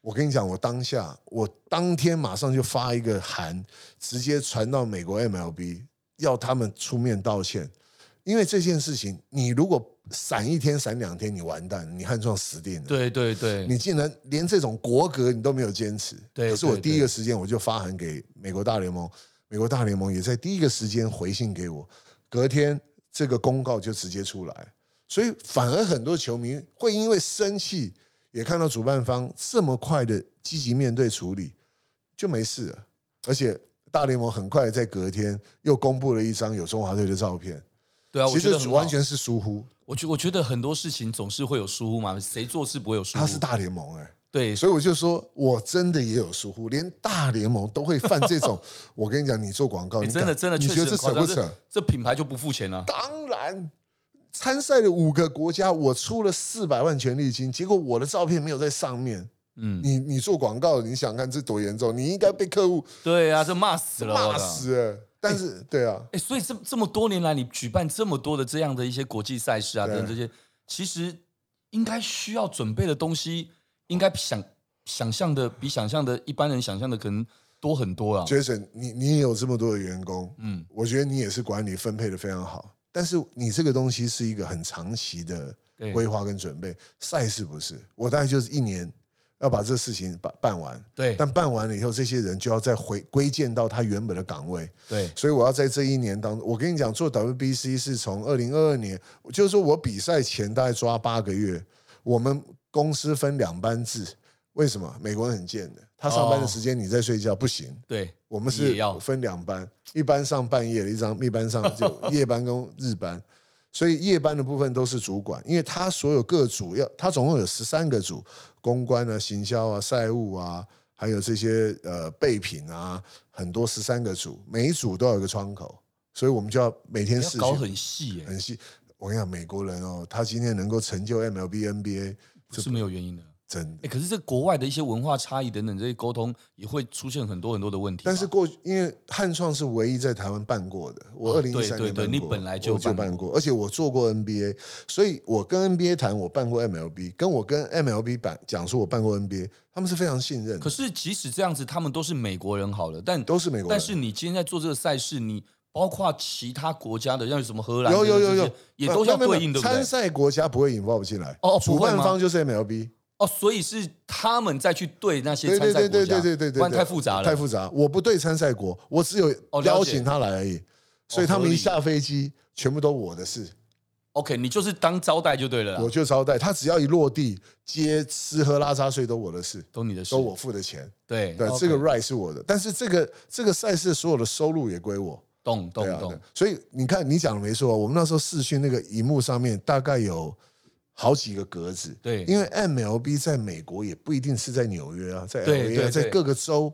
我跟你讲，我当下，我当天马上就发一个函，直接传到美国 MLB，要他们出面道歉。因为这件事情，你如果闪一天、闪两天，你完蛋，你汉创死定了。对对对，你竟然连这种国格你都没有坚持。对可是我对第一对个时间我就发函给美国大联盟，美国大联盟也在第一个时间回信给我，隔天这个公告就直接出来，所以反而很多球迷会因为生气，也看到主办方这么快的积极面对处理，就没事了。而且大联盟很快在隔天又公布了一张有中华队的照片，对啊，我其觉得实很完好，全是疏忽，我觉我觉得很多事情总是会有疏忽嘛，谁做事不会有疏忽？他是大联盟哎、对，所以我就说，我真的也有疏忽，连大联盟都会犯这 种。我跟你讲，你做广告，诶你真的敢真的你确觉实得这扯很夸不张，扯这？这品牌就不付钱了、当然，参赛的五个国家，我出了四百万权利金，结果我的照片没有在上面。嗯，你你做广告，你想看这多严重？你应该被客户对啊，这骂死了，骂死了。但是，对啊，哎、所以这这么多年来，你举办这么多的这样的一些国际赛事啊，对等等这些，其实应该需要准备的东西，应该想想象的比想象的一般人想象的可能多很多啊。 Jason，你你也有这么多的员工，嗯，我觉得你也是管理分配的非常好。但是你这个东西是一个很长期的对规划跟准备，赛事不是？我大概就是一年要把这事情把办完，对但办完了以后，这些人就要再回归建到他原本的岗位。对，所以我要在这一年当中，我跟你讲，做 WBC 是从二零二二年，就是说我比赛前大概抓八个月，我们公司分两班制。为什么美国人很贱的？他上班的哦时间你在睡觉不行，对，我们你是也要分两班，一班上半夜的，一张一班上就 夜班跟日班。所以夜班的部分都是主管，因为他所有各组要，他总共有十三个组，公关啊、行销啊、赛务啊，还有这些呃备品啊，很多十三个组，每一组都要有一个窗口，所以我们就要每天要试搞训很细耶、很细。我跟你讲，美国人哦，他今天能够成就 MLB、NBA，不是没有原因的。真的。哎、可是这国外的一些文化差异等等这些沟通，也会出现很多很多的问题吧。啊但是过，因为汉创是唯一在台湾办过的，我哦二零一三对对年办对过，你本来就我就办办过，而且我做过 NBA，所以我跟 NBA 谈，我办过 MLB，跟我跟 MLB 版讲说我办过 NBA，他们是非常信任的，可是即使这样子，他们都是美国人好了，但都是美国人。但是你今天在做这个赛事，你包括其他国家的，像什么荷兰，有有这些有有也都要没有没有对应，对不参对？赛国家不会引爆进来，哦哦不主会吗办方就是 MLB，哦，所以是他们再去对那些对参对赛对国对对家，对对不对，然太复杂了。太复杂。我不对参赛国，我只哦有了解哦邀请他来而已，所以他合们理一下飞机，全部都我的事， OK，你就是当招待就对了啊我啦，就招待他，只要一落地，接吃喝拉撒睡都我的事，都你的事都。我付的钱，对对， OK，这个 right 是我的，但是这个这个赛事所有的收入也归我。懂懂对啊，对懂。所以你看，你讲的没错。我们那时候视讯那个荧幕上面大概有好几个格子，对因为 MLB 在美国也不一定是在纽约啊，在对 LA 对啊，在对各个州，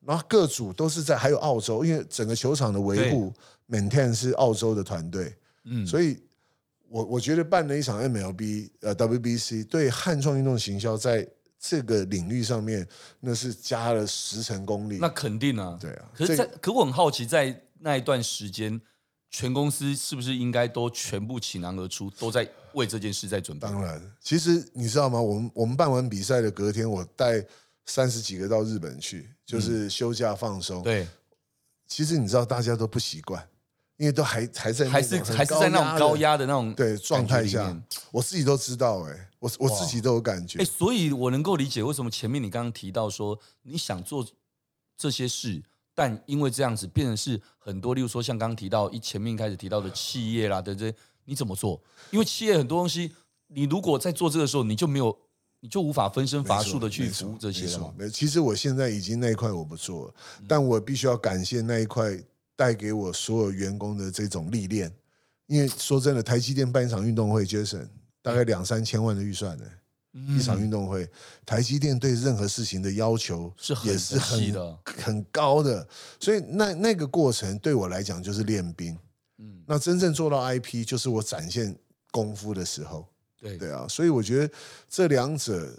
然后各组都是在，还有澳洲，因为整个球场的维护 maintain 是澳洲的团队，嗯，所以我我觉得办了一场 MLB 呃 WBC 对汉创运动行销在这个领域上面，那是加了十成功力。那肯定啊。对啊可是这在，可我很好奇，在那一段时间，全公司是不是应该都全部倾囊而出，都在为这件事在准备？当然，其实你知道吗？我们我们办完比赛的隔天，我带三十几个到日本去，就是休假放松。，嗯对，其实你知道大家都不习惯，因为都还还在那还种是很还是在那种的高压的那种对状态感觉下里面，我自己都知道、哎，我我自己都有感觉哎、。所以我能够理解为什么前面你刚刚提到说你想做这些事，但因为这样子变成是很多，例如说像刚刚提到一前面开始提到的企业啦等这些，你怎么做？因为企业很多东西，你如果在做这个时候，你就没有，你就无法分身乏术的去没错服务这些没了嗯错嘛。没错其实我现在已经那一块我不做了，但我必须要感谢那一块带给我所有员工的这种历练。因为说真的，台积电办一场运动会，Jason 大概两三千万的预算呢、嗯一场运动会，台积电对任何事情的要求是很也是仔细很的很高的，所以那那个过程对我来讲就是练兵。嗯，那真正做到 IP，就是我展现功夫的时候。对对啊，所以我觉得这两者，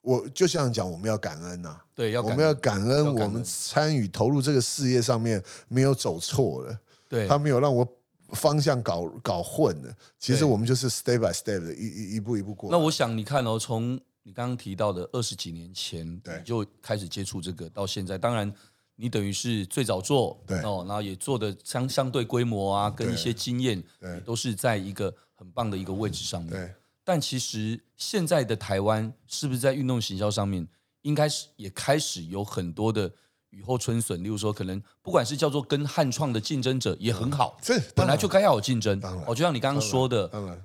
我就像讲，我们要感恩呐、啊对，要我感们要恩感要恩感我恩们参与投入这个事业上面没有走错了，对他没有让我方向搞搞混了。其实对我们就是 step by step 的一一一步一步过来。那我想，你看哦，从你刚刚提到的二十几年前，对你就开始接触这个，到现在，当然你等于是最早做，对哦，然后也做的相相对规模啊，跟一对些经验，对也都是在一个很棒的一个位置上面。对，但其实现在的台湾是不是在运动行销上面，应该是也开始有很多的雨后春笋，例如说，可能不管是叫做跟汉创的竞争者也很好，这本当来然就该要有竞争当然。哦，就像你刚刚说的，当然嗯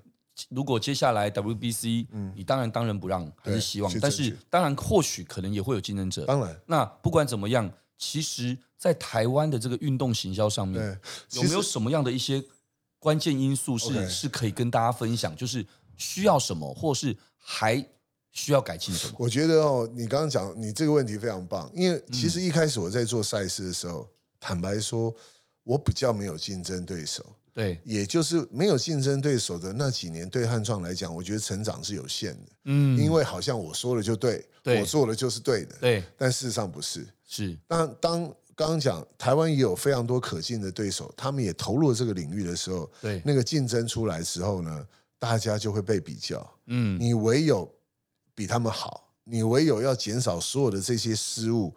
如果接下来 WBC，、你当然当仁不让，还是希望去，但争取是当然或许可能也会有竞争者。当然那不管怎么样，其实，在台湾的这个运动行销上面对，，嗯有其没实有什么样的一些关键因素是 OK 是可以跟大家分享？就是需要什么，或是还需要改进什么？我觉得哦，你刚刚讲你这个问题非常棒，因为其实一开始我在做赛事的时候，坦白说，我比较没有竞争对手，对，也就是没有竞争对手的那几年，对汉创来讲，我觉得成长是有限的，嗯，因为好像我说了就对，对我做了就是对的，对但事实上不是。是，那当刚刚讲台湾也有非常多可敬的对手，他们也投入了这个领域的时候，对，那个竞争出来之后呢，大家就会被比较。嗯，你唯有比他们好，你唯有要减少所有的这些失误，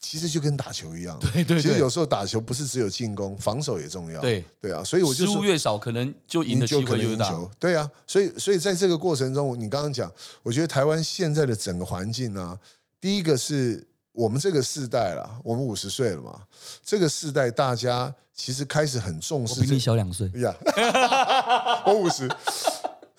其实就跟打球一样。 对对其实有对，时候打球不是只有进攻，防守也重要。对，对啊，所以我就失误说。越少，可能就赢你的就机可会能越赢大。球，对啊，所以所以在这个过程中，你刚刚讲，我觉得台湾现在的整个环境呢、第一个是我们这个世代啦，我们五十岁了嘛，这个世代大家其实开始很重我视、这比个你小两岁，呀， 我五十。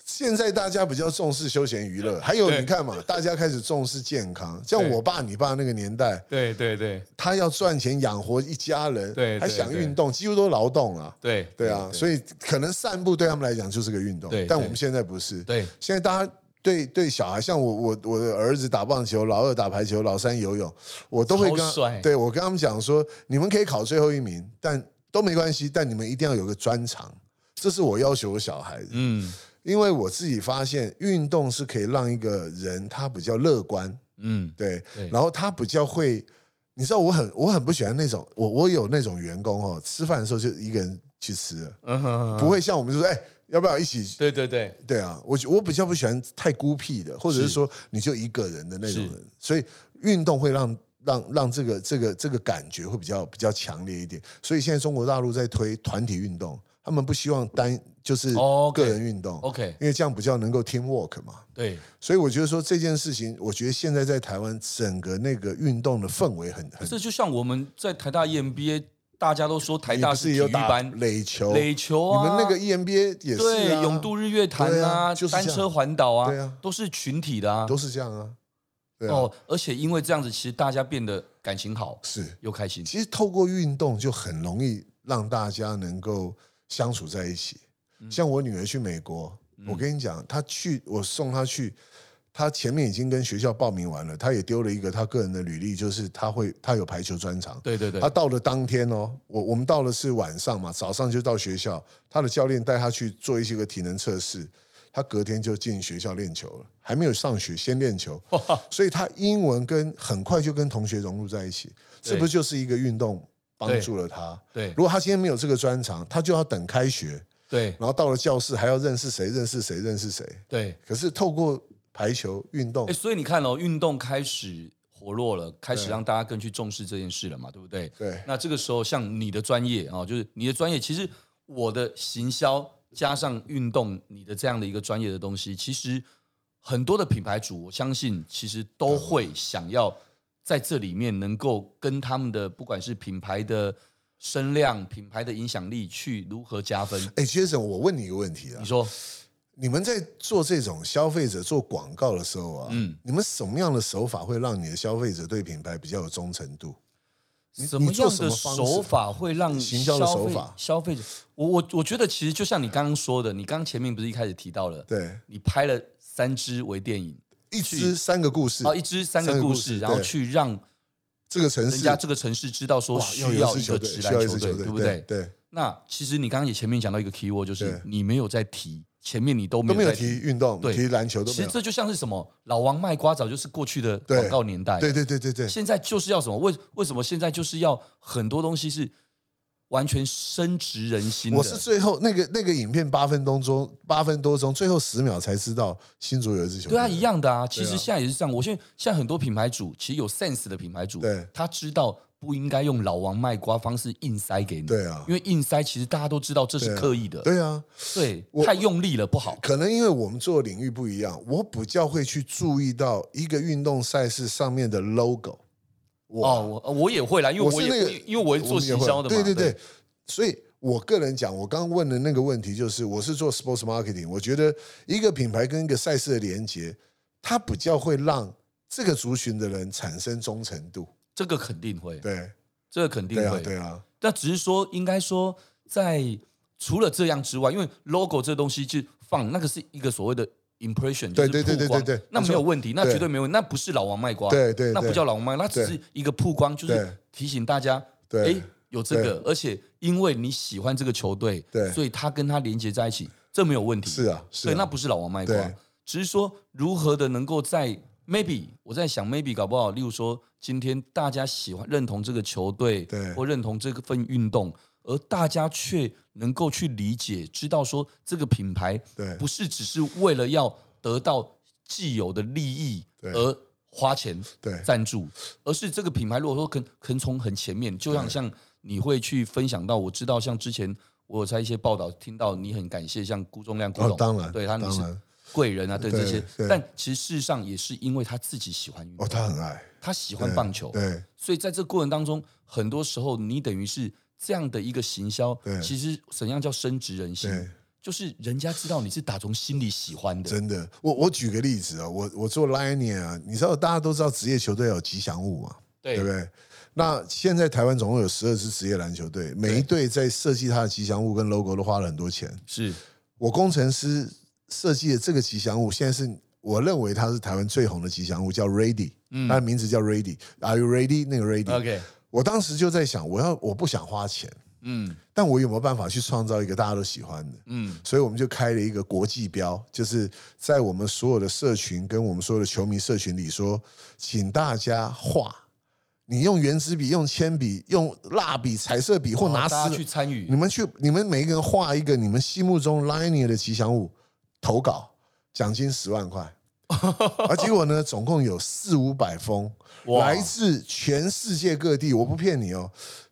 现在大家比较重视休闲娱乐，还有对你看嘛，大家开始重视健康。像对我爸、你爸那个年代，对对对他要赚钱养活一家人，对对还想运动，几乎都劳动啊。对对啊，所以可能散步对他们来讲就是个运动对，但对我们现在不是。对现在大家对对小孩，像我我我的儿子打棒球，老二打排球，老三游泳，我都会跟超帅他对我跟他们讲说，你们可以考最后一名，但都没关系，但你们一定要有个专长，这是我要求我小孩的。嗯，因为我自己发现运动是可以让一个人他比较乐观，嗯，对，对然后他比较会，你知道我很我很不喜欢那种我我有那种员工哦，吃饭的时候就一个人去吃了，嗯哼不，会像我们就说哎。要不要一起？对对对，对啊，我我比较不喜欢太孤僻的，或者是说你就一个人的那种人，所以运动会让让让这个这个这个感觉会比较比较强烈一点。所以现在中国大陆在推团体运动，他们不希望单就是哦，OK 个人运动 OK 因为这样比较能够 team work 嘛。对，所以我觉得说这件事情，我觉得现在在台湾整个那个运动的氛围很很，这就像我们在台大 E EMBA，大家都说台你大不是是体也育有打班，垒球，垒球你啊，们那个 E EMBA 也是、对啊，永渡日月潭对啊，啊就是单这样车环岛啊，对啊都是群体的啊。都是这样啊，对啊，哦，而且因为这样子，其实大家变得感情好是。又开心。其实透过运动就很容易让大家能够相处在一起。像我女儿去美国，我跟你讲，她去我送她去，她前面已经跟学校报名完了，她也丢了一个她个人的履历，就是她会她有排球专长。对对对她，到了当天哦，我我们到了是晚上嘛，早上就到学校，她的教练带她去做一些个体能测试。她隔天就进学校练球了，还没有上学，先练球。所以他英文跟很快就跟同学融入在一起，对这不就是一个运动帮助了他？对如果他今天没有这个专长，他就要等开学，对然后到了教室还要认识谁，认识谁，认识谁。对。可是透过排球运动哎，，所以你看哦，运动开始活络了，开始对让大家更去重视这件事了嘛，对不对？对那这个时候，像你的专业啊、哦，就是你的专业，其实我的行销加上运动，你的这样的一个专业的东西，其实很多的品牌主，我相信其实都会想要在这里面能够跟他们的不管是品牌的声量、品牌的影响力去如何加分。哎，Jason，我问你一个问题啊你，说，你们在做这种消费者做广告的时候啊，嗯你们什么样的手法会让你的消费者对品牌比较有忠诚度？什么你做样什的么方式手法会让行销的消手费法消费者？我我我觉得其实就像你刚刚说的，你刚前面不是一开始提到了，对，你拍了三支微电影，一支三个故事，哦，一支三个三个故故事，事然后对去让这个城人市家这个城市知道说哇需要有一要支一个球队，职需篮要一球支队，球对队，不对？对，那其实你刚刚也前面讲到一个 keyword，就是对你没有在提，前面你都都没没有有在提。运动，对提篮球都其没实有。这就像是什么老王卖瓜枣，就是过去的对广告年代。对对对对对，现在就是要什么？为为什么现在就是要很多东西是完全深植人心的？我是最后那个那个影片八分钟中八分多钟，最后十秒才知道新竹有一支球队。对啊，一。样的啊。其实现在也是这样。我现在现在很多品牌主，其实有 sense 的品牌主，对他知道不应该用老王卖瓜方式硬塞给你，对啊因为硬塞其实大家都知道这是刻意的，对啊，对，我太用力了不好。可能因为我们做的领域不一样，我比较会去注意到一个运动赛事上面的 logo。哇哦，我呃我也会啦，因为我我是也那个因为因为我是做行销的嘛，对对对对，，所以我个人讲，我刚问的那个问题就是，我是做 sports marketing，我觉得一个品牌跟一个赛事的连接，它比较会让这个族群的人产生忠诚度。这个肯定会，对，这个肯定对啊，会。对啊，那只是说，应该说在除了这样之外，因为 logo 这东西去放那个是一个所谓的 impression，就对是对对曝光对对对那没有问题，那对绝对没有问题，那不是老王卖瓜，对对那不对叫老王卖瓜，那只是一个曝光，就是对提醒大家，对哎，有这个，而且因为你喜欢这个球队，对所以他跟他连接在一起，这没有问题，是啊，是对，啊，那不是老王卖瓜对，只是说如何的能够在 maybe 我在想 maybe 搞不好，例如说今天大家喜欢认同这个球队，对或认同这个份运动，而大家却能够去理解，知道说这个品牌对不是只是为了要得到既有的利益对而。花钱对赞助，而是这个品牌如果说可可能从很前面，就像像你会去分享到，我知道像之前我有在一些报道听到你很感谢像辜仲亮顾董，哦当然对他你当是然贵人啊，对对这些，对但其实事实上也是因为他自己喜欢运动，哦，他很爱他喜欢棒球，对所以在这过程当中，很多时候你等于是这样的一个行销，对其实怎样叫深植人心对，就是人家知道你是打从心里喜欢的，真的。我我举个例子啊、我我做 Lion 啊，你知道大家都知道职业球队有吉祥物嘛，对对不对？那现在台湾总共有十二支职业篮球队，每一队在设计它的吉祥物跟 logo 都花了很多钱。是我工程师设计的这个吉祥物，现在是我认为它是台湾最红的吉祥物，叫 Ready，、它的名字叫 Ready。Are you ready？那个 Ready，、 OK，我当时就在想，我要我不想花钱，嗯但我有没有办法去创造一个大家都喜欢的？嗯所以我们就开了一个国际标，就是在我们所有的社群跟我们所有的球迷社群里说，请大家画，你用圆珠笔、用铅笔、用蜡笔、彩色笔或哦拿大家丝去，参与你，们去，你们每一个人画一个你们心目中 Liner 的吉祥物，投稿，奖金十万 块。而结果呢，总共有四五百封，哇来自全世界各地，我不骗你哦。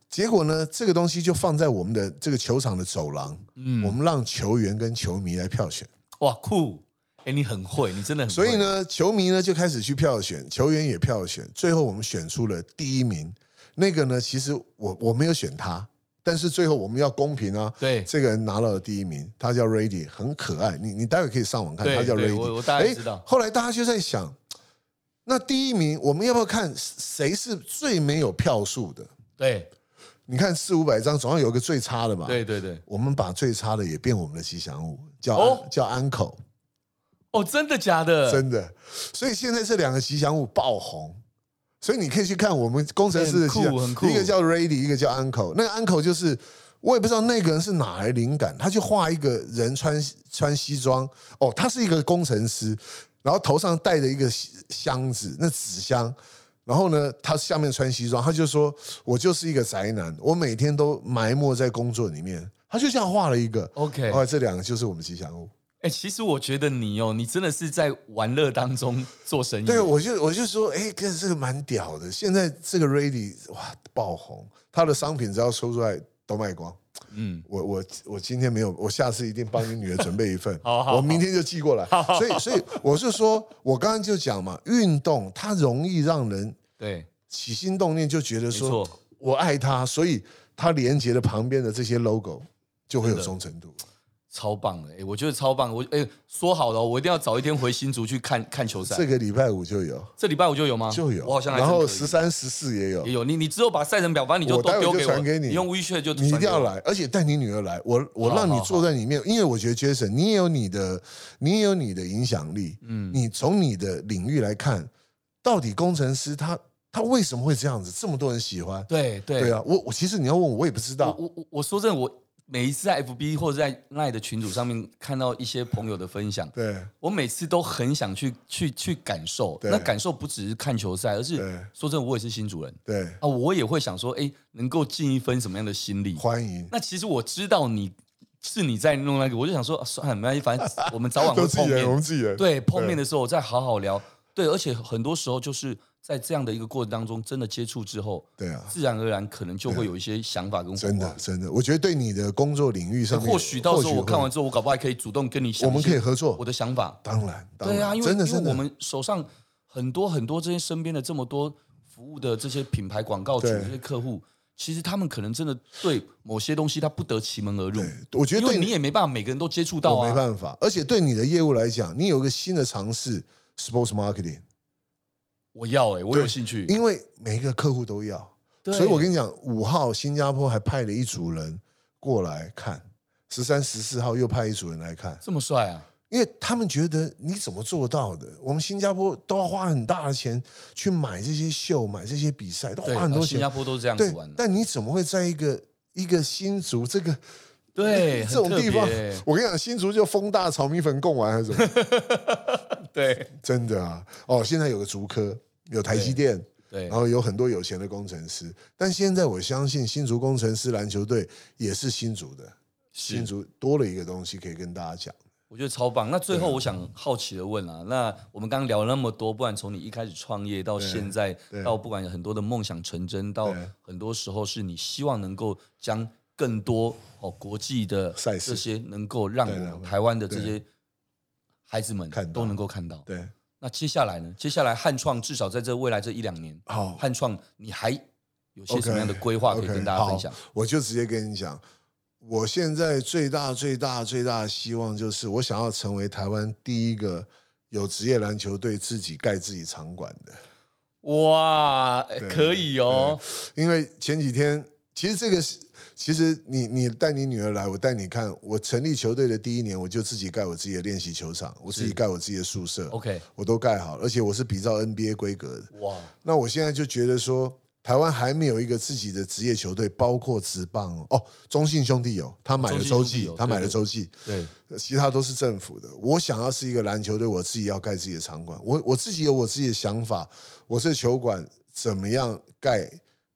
结果呢，这个东西就放在我们的这个球场的走廊，我嗯，们让球员跟球迷来票选。哇酷，哎，你很会，你真的很，所以，呢，球迷呢就开始去票选，球员也票选，最后我们选出了第一名。那个呢，其实我我没有选他，但是最后我们要公平啊。对这个人拿到了第一名，他叫 Rady，很可爱。你你待会可以上网看，对他叫对 Rady。我我大概知道诶后来大家就在想，那第一名我们要不要看谁是最没有票数的？对你看四五百张，总要有一个最差的嘛。，对对对，我们把最差的也变我们的吉祥物，叫、哦叫 Uncle。哦，真的假的？真的。所以现在这两个吉祥物爆红，所以你可以去看我们工程师的吉很祥酷很酷一个叫 Ready，一个叫 Uncle。那个 Uncle 就是我也不知道那个人是哪来灵感，他就画一个人穿穿西装，哦，他是一个工程师，然后头上戴着一个西箱子，那纸箱。然后呢，他下面穿西装，他就说：“我就是一个宅男，我每天都埋没在工作里面。”他就这样画了一个。 OK 后来这两个就是我们吉祥物。哎、其实我觉得你哦，你真的是在玩乐当中做生意。对，我就我就说，哎、跟这个蛮屌的。现在这个 Ready 哇爆红，他的商品只要说出来都卖光。嗯，我我我今天没有，我下次一定帮你女儿准备一份， 好好我明天就寄过来。所以所以我是说，我刚刚就讲嘛，运动它容易让人对，起心动念，就觉得没说错我爱它，所以它连接的旁边的这些 logo 就会有真的忠诚度。超棒的，哎、我觉得超棒。我哎、说好了哦，我一定要早一天回新竹去看看球赛。这个礼拜五就有这礼拜我就有吗？就有，啊我好像还然后真可以十三十四也有也，有你，你只有把赛程表，反正你就我待都会就丢给我，传给你用 WeChat 就你一定要传给我。来，而且带你女儿来，我我好让你好坐在里面，因为我觉得 Jason，你也有你的，你也有你的影响力。嗯你从你的领域来看，到底工程师他他为什么会这样子？这么多人喜欢？对对对啊，啊我我其实你要问我，我也不知我道。我我我说真的，我每一次在 FB 或者在 LINE 的群组上面看到一些朋友的分享，对我每次都很想去去去感受。对那感受不只是看球赛，而是对说真的，我也是新主人。对，啊，我也会想说，哎，能够尽一分什么样的心力？欢迎。那其实我知道你是你在弄那个，我就想说，啊算了，没关系，反正我们早晚会都自碰己人，我面们。自己人。对，碰面的时候我再好好聊。对，而且很多时候就是在这样的一个过程当中，真的接触之后，对啊，自然而然可能就会有一些想法跟火花真的。真的，我觉得对你的工作领域上面，或许到时候或我看完会，之后，我搞不好还可以主动跟你想我一些，们可以合我作。的想法。当然，当然对啊，因为真的因为真的，我们手上很多很多这些身边的这么多服务的这些品牌广告主、对这些客户，其实他们可能真的对某些东西他不得其门而入，我觉得因对为你也没办法每个人都接触到我没啊。办法。而且对你的业务来讲，你有一个新的尝试，sports marketing，我要哎、我有对兴趣，因为每一个客户都要。对所以我跟你讲，五号新加坡还派了一组人过来看，十三、十四号又派一组人来看，这么帅啊，因为他们觉得你怎么做到的？我们新加坡都要花很大的钱去买这些秀、买这些比赛，都对，花哦很多啊新加钱。坡都是这样子对玩，的，但你怎么会在一个一个新竹这个对， 这种很特地方别欸？我跟你讲，新竹就风大炒米粉贡丸还是什么？对真的啊！哦，现在有个竹科，有台积电，对然，后有很多有钱的工程师。但现在我相信新竹工程师篮球队也是新竹的，新是，竹多了一个东西可以跟大家讲。我觉得超棒。那最后我想好奇的问啊，那我们刚刚聊了那么多，不管从你一开始创业到现在对，到不管有很多的梦想成真，到对很多时候是你希望能够将更多哦国际的赛事这些能够让我对们对台湾的这些孩子们看到都能够看到。对，那接下来呢？接下来汉创至少在这未来这一两年，好汉创你还有些什么样的规划可以 OK，跟大家分享好？我就直接跟你讲，我现在最大最大最大的希望就是，我想要成为台湾第一个有职业篮球队自己盖自己场馆的。哇，哎对可以哦，因为前几天，其实这个是，其实你你带你女儿来，我带你看。我成立球队的第一年，我就自己盖我自己的练习球场，我自己盖我自己的宿舍 OK 我都盖好，而且我是比照 NBA 规格的。哇，那我现在就觉得说，台湾还没有一个自己的职业球队，包括职棒哦。哦，中信兄弟有，他买了洲中信兄弟际有，他买了对对洲际，对，其他都是政府的。我想要是一个篮球队，我自己要盖自己的场馆，我我自己有我自己的想法，我这球馆怎么样盖，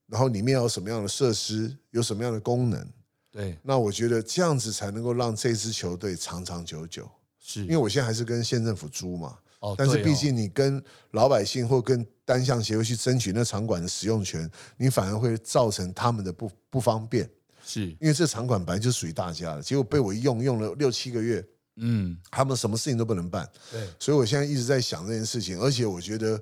然后里面要有什么样的设施，有什么样的功能。对，那我觉得这样子才能够让这支球队长长久久，是，因为我现在还是跟县政府租嘛，哦，但是对哦毕竟你跟老百姓或跟单项协会去争取那场馆的使用权，你反而会造成他们的不不方便，是，因为这场馆本来就属于大家的，结果被我一用用了六七个月，嗯，哦他们什么事情都不能办，对，所以我现在一直在想这件事情，而且我觉得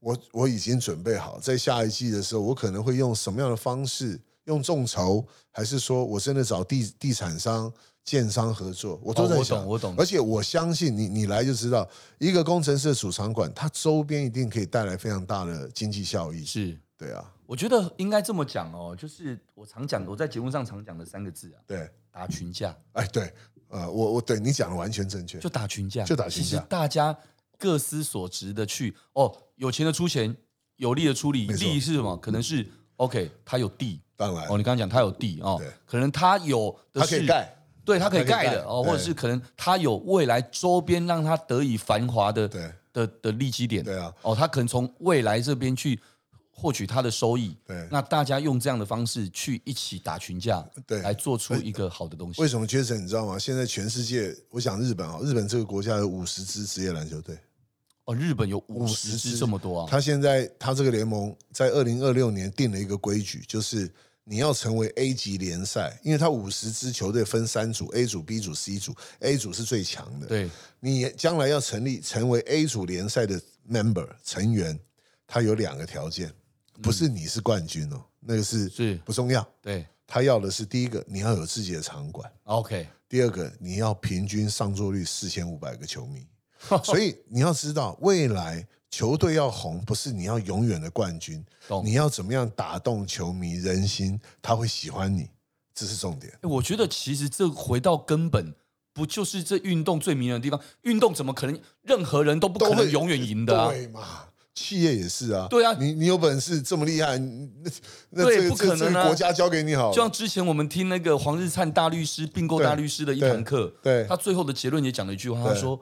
我我已经准备好，在下一季的时候，我可能会用什么样的方式，用众筹，还是说我真的找地地产商、建商合作，我都哦在我想。懂，我懂而，且我相信你，你来就知道，一个工程师的储藏馆，它周边一定可以带来非常大的经济效益。是，对啊，我觉得应该这么讲哦，就是我常讲，我在节目上常讲的三个字啊，对，打群架，哎，对，呃，我我对你讲的完全正确就。打群架，就打群架其实大家各司所职的去，哦，有钱的出钱，有力的出力，没错力是什么？可能是 OK，他有地当然哦，，你刚刚讲他有地哦对，可能他有的它可是以盖，对他可它以可以盖盖的哦，对或者是可能他有未来周边让他得以繁华的对的的利基点，对啊，哦，他可能从未来这边去获取他的收益，对。那大家用这样的方式去一起打群架，对来做出一个好的东西为。什么缺神？你知道吗？现在全世界，我讲日本啊，日本这个国家有五十支职业篮球队，哦，日本有五50十支支这么多啊，他现在他这个联盟在二零二六年定了一个规矩，就是你要成为 A 级联赛，因为他五十支球队分三组，A 组、B 组、C 组，A 组是最强的。对，你将来要成立成为 A 组联赛的 member 成员，他有两个条件，不是你是冠军哦，那个是嗯是不重要。对他要的是第一个，你要有自己的场馆； ，OK，第二个，你要平均上座率四千五百个球 迷。所以你要知道，未来球队要红，不是你要永远的冠军，懂。你要怎么样打动球迷人心，他会喜欢你，这是重点。诶我觉得其实这回到根本，不就是这运动最迷人的地方？运动怎么可能任何人都不可都能会永远赢的啊？对嘛？企业也是啊，对啊你你有本事这么厉害，你那那对这个不可能啊这个国家交给你好了，就像之前我们听那个黄日灿大律师并购对大律师的一堂课，对他最后的结论也讲了一句话，他对说，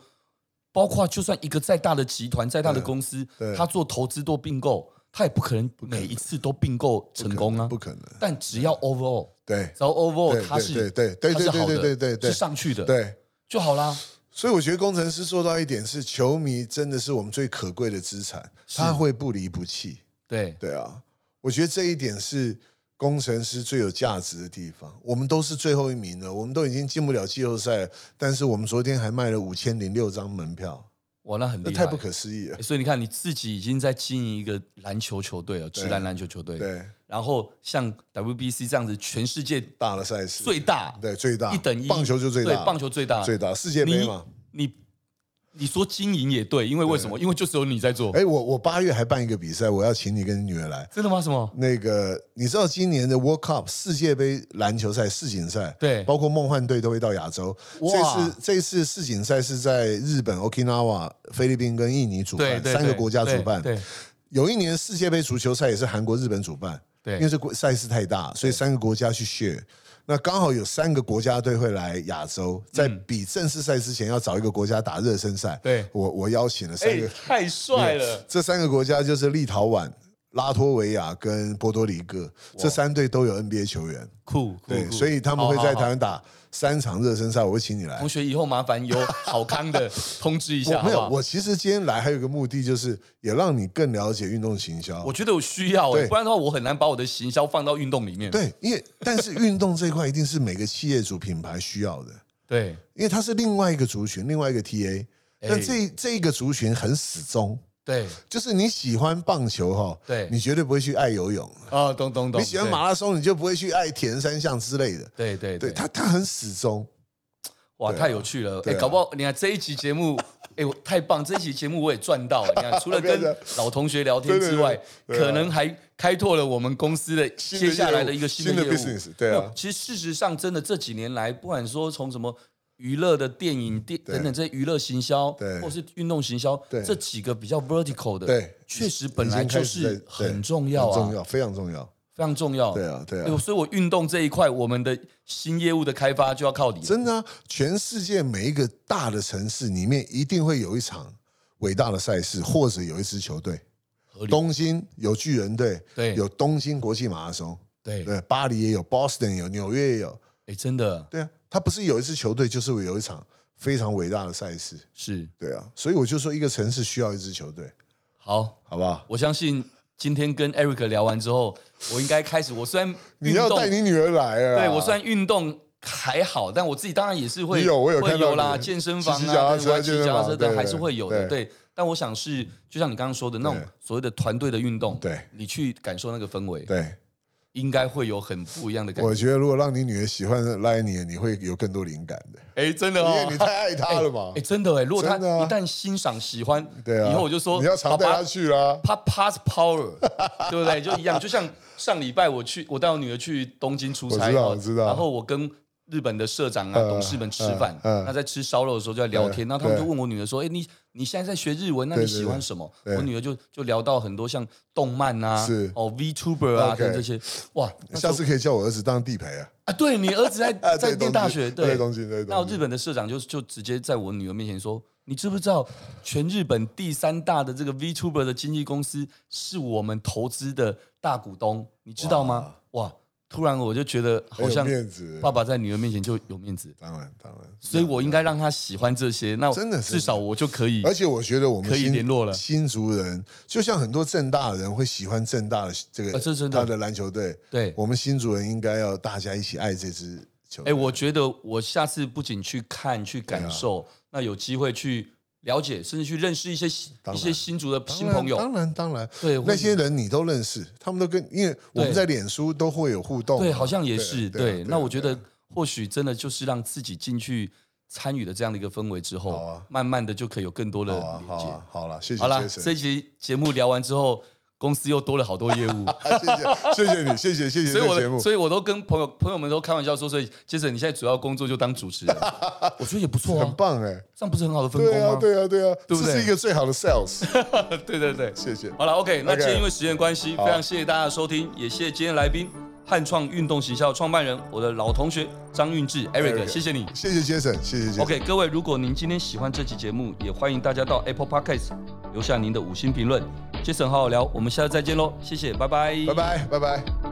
包括就算一个再大的集团、再大的对公司对，他做投资做并购，他也不可能每一次都并购成功啊不。可能，但只要 overall，对只要 overall 对它哦是对对对对它是好的，对对对对对是上去的，，对。就好啦。所以我觉得工程师做到一点是，球迷真的是我们最可贵的资产，他会不离不弃。对，对啊，我觉得这一点是工程师最有价值的地方。我们都是最后一名了，我们都已经进不了季后赛了，但是我们昨天还卖了五千零六张门票，哇，那很厉那害，太不可思议了诶。所以你看，你自己已经在经营一个篮球球队了，直男篮球球队，对，然后像 WBC 这样子，全世界大的赛事，最大，对最大一等一，棒球就最大，对，棒球最大，最大世界杯嘛。你你你说经营也对，因为为什么？因为就只有你在做，哎，我我八月还办一个比赛，我要请你跟你女儿来。真的吗？什么？那个，你知道今年的 World Cup 世界杯篮球赛世锦赛，对包括梦幻队都会到亚洲。这哇次这次世锦赛是在日本 Okinawa、菲律宾跟印尼主对办，对，三个对国家主办。对有一年世界杯足球赛也是韩国、日本主办，对哎因为这国赛事太大，所以三个国家去 share。那刚好有三个国家队会来亚洲，在比正式赛之前要找一个国家打热身赛。嗯对我我邀请了三对，个哎，，太帅了，这三个国家就是立陶宛、拉脱维亚跟波多黎各，这三队都有 NBA 球员，酷酷对，酷所以他们会好好在好台湾打三场热身赛。我会请你来同，学以后麻烦有好 康的通知一下，我没有好，不好我其实今天来还有一个目的，就是也让你更了解运动行销。我觉得我需要、欸，对不然的话我很难把我的行销放到运动里面。对，因为但是运动这一块一定是每个企业主品牌需要的，对因为它是另外一个族群，另外一个 TA。但哎这这一个族群很死忠， 对，就是你喜欢棒球哈，对你绝对不会去爱游泳；哦，懂懂懂，你喜欢马拉松，你就不会去爱田三项之类的。对？对对对对，他，他很死忠。哇，对啊太有趣了！哎、对啊搞不好你看这一期节目， 哎、我太棒！这一期节目我也赚到了。你看，除了跟不要这样老同学聊天之外，对对对对啊可能还开拓了我们公司的新的接下来的一个新的业务。新的 business，对啊没有其实事实上，真的这几年来，不管说从什么娱乐的电影、电对等等这些娱乐行销，对或者是运动行销，对这几个比较 vertical 的，对确实本来已经就开始在是对很重要啊，很重要，非常重要。非常重要。对啊，对哎啊呦，，所以我运动这一块，我们的新业务的开发就要靠你了。真的啊、全世界每一个大的城市里面，一定会有一场伟大的赛事，或者有一支球队。合理东京有巨人队，对有东京国际马拉松，对，对，巴黎也有，Boston 也有，纽约也有，哎，真的对啊，他不是有一支球队，就是有一场非常伟大的赛事，是对啊，所以我就说一个城市需要一支球队，好。好不好？我相信今天跟 Eric 聊完之后，我应该开始。我虽然 你运要动带你女儿来啊！对我虽然运动还好，但我自己当然也是会你有我有会看到有啦，你健身房骑啊，脚踏对车我骑健身脚踏房车的对还是会有的。对对，但我想是就像你刚刚说的那种对所谓的团队的运动，对你去感受那个氛围，对，应该会有很不一样的感我觉。觉得如果让你女儿喜欢赖你，你会有更多灵感的，哎，真的因哦为你，太爱她了嘛哎，。真的哎，如果他真的啊一旦欣赏喜欢，对啊，以后我就说你要常带爸她爸去啊啦。他 pass power，对 不对？就一样，就像上礼拜我去，我带我女儿去东京出差，我知道哦我知道然后我跟日本的社长啊、嗯董事们吃饭，嗯嗯那在吃烧肉的时候就在聊天，嗯那他们就对问我女儿说：“哎，你你现在在学日文，那你对对喜欢什么？”对我女儿就就聊到很多像动漫啊是、哦 VTuber 啊 OK 等这些，哇，那时下候次可以叫我儿子当地陪啊。啊，对你儿子在 啊在对东念京大学，对东京对东京那日本的社长就就直接在我女儿面前说：“你知不知道，全日本第三大的这个 VTuber 的经纪公司是我们投资的大股东，你知道吗？”哇！突然我就觉得好很有像面子，爸爸在女儿面前就有面子，当然当然。所以我应该让她喜欢这些。那真的至少我就可以而且我觉得我们可以新联络了新族人，就像很多正大人会喜欢正大的这个、呃这真的他的篮球队，对。我们新族人应该要大家一起爱这支球哎、队。我觉得我下次不仅去看、去对感啊受，那有机会去了解，甚至去认识一些新当一然些新竹的当新然朋友。当然当然，对那些人你都认识，他们都跟，因为我们在脸书都会有互动嘛，对，好像也对对是啊对。那我觉对啊得或许真的就是让自己进去参与的这样的一个氛围之好后啊，慢慢的就可以有更多的好啊连好接啊。好了，谢谢好啦，杰 这森，。一期节目聊完之后，公司又多了好多业务啊谢谢谢谢你，谢谢 谢谢所这以我个节的，目，所以我都跟朋友朋友们都开玩笑说，所以杰森，你现在主要工作就当 主持人，我觉得也不错很啊，棒哎，这样不是很好的分工对啊吗？对啊对啊，对这不对是一个最好的 sales， 对对对。谢谢。好了，OK，那 OK 今天因为时间关系，非好常谢谢大家的收听，也谢谢今天来宾汉创运动行销创办人，我的老同学张运志 Eric， Eric 谢谢你。谢谢杰森，谢谢杰森。 OK，各位，如果您今天喜欢这期节目，也欢迎大家到 Apple Podcast 留下您的五星评论。Jason 好好聊，我们下次再见喽，谢谢，拜拜，拜拜，拜拜。